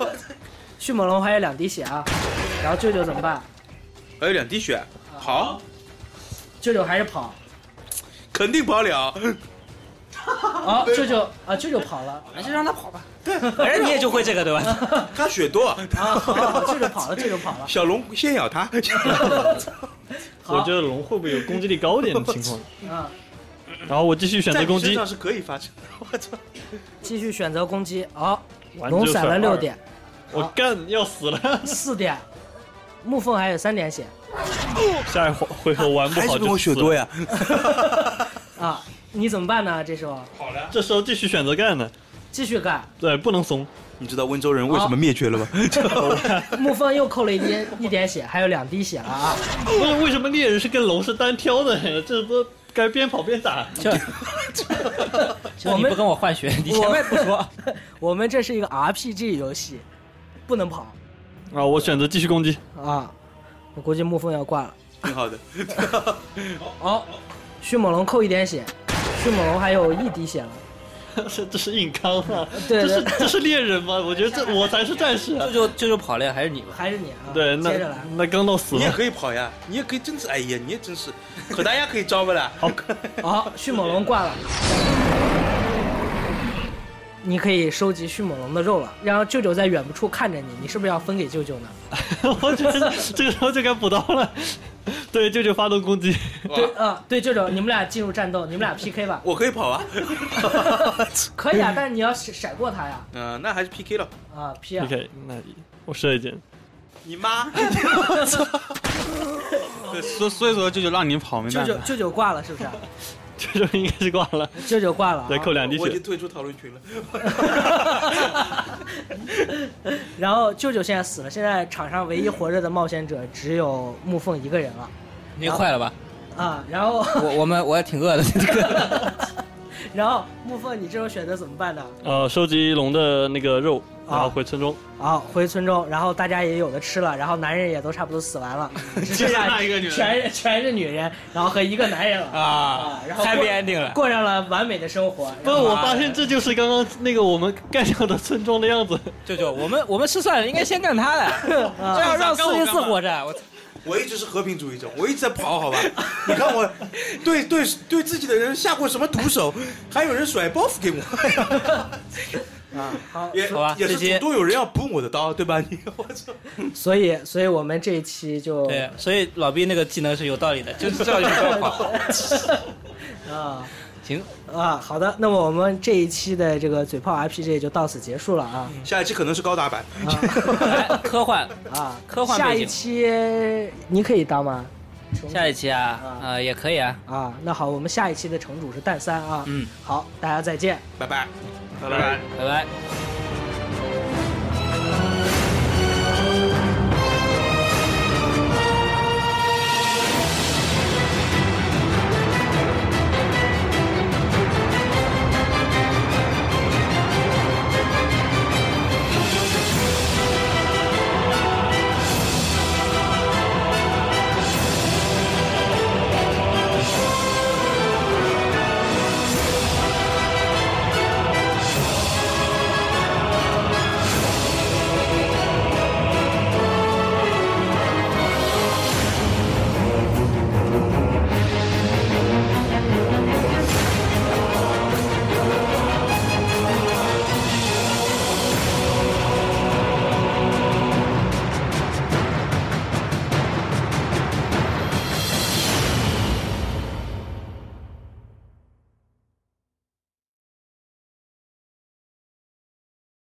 [SPEAKER 6] 迅猛龙还有两滴血啊，然后舅舅怎么办？
[SPEAKER 3] 还有两滴血，好，
[SPEAKER 6] 舅舅还是跑。
[SPEAKER 3] 肯定跑了。
[SPEAKER 6] 哦，舅舅啊，舅舅跑了。哎
[SPEAKER 2] 还是让他 跑吧。反正你也就会这个对吧？
[SPEAKER 3] 他血多，
[SPEAKER 6] 啊，好好，好舅舅跑了，舅舅跑了。
[SPEAKER 3] 小龙先咬他。
[SPEAKER 6] 好
[SPEAKER 7] 我觉得龙会不会有攻击力高点的情况？
[SPEAKER 6] 啊，
[SPEAKER 7] 然后我继续选择攻
[SPEAKER 3] 在你身
[SPEAKER 7] 击，
[SPEAKER 3] 上是可以发生的。我操！
[SPEAKER 6] 继续选择攻击。好，
[SPEAKER 7] 完
[SPEAKER 6] 龙
[SPEAKER 7] 就
[SPEAKER 6] 闪
[SPEAKER 7] 算
[SPEAKER 6] 了六
[SPEAKER 7] 二，
[SPEAKER 6] 点，
[SPEAKER 7] 我干要死了，
[SPEAKER 6] 四点，木凤还有三点血
[SPEAKER 7] 下一回回合玩不
[SPEAKER 3] 还
[SPEAKER 7] 好
[SPEAKER 3] 是
[SPEAKER 7] 就
[SPEAKER 3] 比我血多
[SPEAKER 7] 呀，
[SPEAKER 3] 呀。
[SPEAKER 6] 啊，你怎么办呢？这时候
[SPEAKER 7] 这时候继续选择干呢，
[SPEAKER 6] 继续干，
[SPEAKER 7] 对，不能怂，
[SPEAKER 3] 你知道温州人为什么灭绝了吗？
[SPEAKER 6] 木凤又扣了一滴一点血，还有两滴血了啊。
[SPEAKER 7] 不是为什么猎人是跟龙是单挑的？ 这不该边跑边打，
[SPEAKER 2] 就你不跟我换血，你前面不说。
[SPEAKER 6] 我 们这是一个 RPG 游戏，不能跑
[SPEAKER 7] 啊，我选择继续攻击，
[SPEAKER 6] 啊！我估计沐风要挂了。
[SPEAKER 3] 挺好的。
[SPEAKER 6] 哦，迅猛龙扣一点血，迅猛龙还有一滴血了。
[SPEAKER 7] 这这是硬刚啊，
[SPEAKER 6] 对
[SPEAKER 7] 这
[SPEAKER 6] 对
[SPEAKER 7] 是这是猎人吗？我觉得这我才是战士啊
[SPEAKER 2] 舅。舅舅舅跑了呀，还是你吧？
[SPEAKER 6] 还是你啊？
[SPEAKER 7] 对，那
[SPEAKER 6] 接着来。
[SPEAKER 7] 那刚到死
[SPEAKER 3] 你也
[SPEAKER 7] 了，
[SPEAKER 3] 可以跑呀，你也可以，真是哎呀，你也真是，可大家可以招不啦？好，
[SPEAKER 6] 好、迅猛龙挂了。你可以收集迅猛龙的肉了，然后舅舅在远不处看着你，你是不是要分给舅舅呢？
[SPEAKER 7] 我觉得这个时候就该补刀了。 对，舅舅发动攻击，
[SPEAKER 6] 对，啊，对，舅舅，你们俩进入战斗，你们俩 PK 吧。
[SPEAKER 3] 我可以跑啊。
[SPEAKER 6] 可以啊，但是你要闪闪过他呀。
[SPEAKER 3] 嗯、那还是 PK 了。
[SPEAKER 6] 啊，P 啊
[SPEAKER 7] OK，那我射一箭，
[SPEAKER 3] 你妈！
[SPEAKER 8] 对所所以说舅舅让你跑，没
[SPEAKER 6] 舅
[SPEAKER 8] 办
[SPEAKER 6] 舅
[SPEAKER 8] 法。
[SPEAKER 6] 舅舅挂了是不是？
[SPEAKER 7] 舅舅应该是挂了，
[SPEAKER 6] 舅舅挂了、啊。
[SPEAKER 7] 再扣两滴
[SPEAKER 3] 我已经
[SPEAKER 7] 血。
[SPEAKER 3] 退出讨论群了。
[SPEAKER 6] 然后舅舅现在死了，现在场上唯一活着的冒险者只有木凤一个人了
[SPEAKER 2] 你快了吧？
[SPEAKER 6] 啊。然后，
[SPEAKER 2] 我我们我也挺 饿的，这个
[SPEAKER 6] 然后木凤，你这种选择怎么办呢？
[SPEAKER 7] 呃，收集龙的那个肉，然后回村庄。
[SPEAKER 6] 啊，回村中，然后大家也有的吃了，然后男人也都差不多死 完了，只剩下
[SPEAKER 8] 一个女人
[SPEAKER 6] 全是全是女人，然后和一个男人了
[SPEAKER 2] 啊
[SPEAKER 6] 然后过
[SPEAKER 2] Happy ending 了
[SPEAKER 6] 过上了完美的生活。
[SPEAKER 7] 不，
[SPEAKER 6] 然后
[SPEAKER 7] 我发现这就是刚刚那个我们干掉的村庄的样子。
[SPEAKER 2] 舅舅，我们我们吃算了，应该先干他 的，这样让四零四活着。我操！
[SPEAKER 3] 我一直是和平主义者，我一直在跑，好吧？你看我，对对对自己的人下过什么毒手，还有人甩包袱给我，
[SPEAKER 6] 啊，好，
[SPEAKER 3] 也
[SPEAKER 2] 好吧
[SPEAKER 3] 也是
[SPEAKER 2] 这些
[SPEAKER 3] 主动有人要补我的刀，对吧？你我操！
[SPEAKER 6] 所以，所以我们这一期就
[SPEAKER 2] 对， 所以老毕那个技能是有道理的，就是叫你不要跑。
[SPEAKER 6] 啊
[SPEAKER 2] 行，
[SPEAKER 6] 啊，好的，那么我们这一期的这个嘴炮 RPG 就到此结束了啊
[SPEAKER 2] 嗯
[SPEAKER 3] 下一期可能是高达版，
[SPEAKER 2] 来哎科幻，
[SPEAKER 6] 啊，
[SPEAKER 2] 科幻
[SPEAKER 6] 下
[SPEAKER 2] 背
[SPEAKER 6] 一
[SPEAKER 2] 景
[SPEAKER 6] 期你可以当吗？
[SPEAKER 2] 下一期啊，呃，也可以啊。
[SPEAKER 6] 啊，那好，我们下一期的城主是蛋三啊，
[SPEAKER 2] 嗯，
[SPEAKER 6] 好，大家再见。
[SPEAKER 3] 拜拜。
[SPEAKER 8] 拜拜。
[SPEAKER 2] 拜拜。
[SPEAKER 3] 拜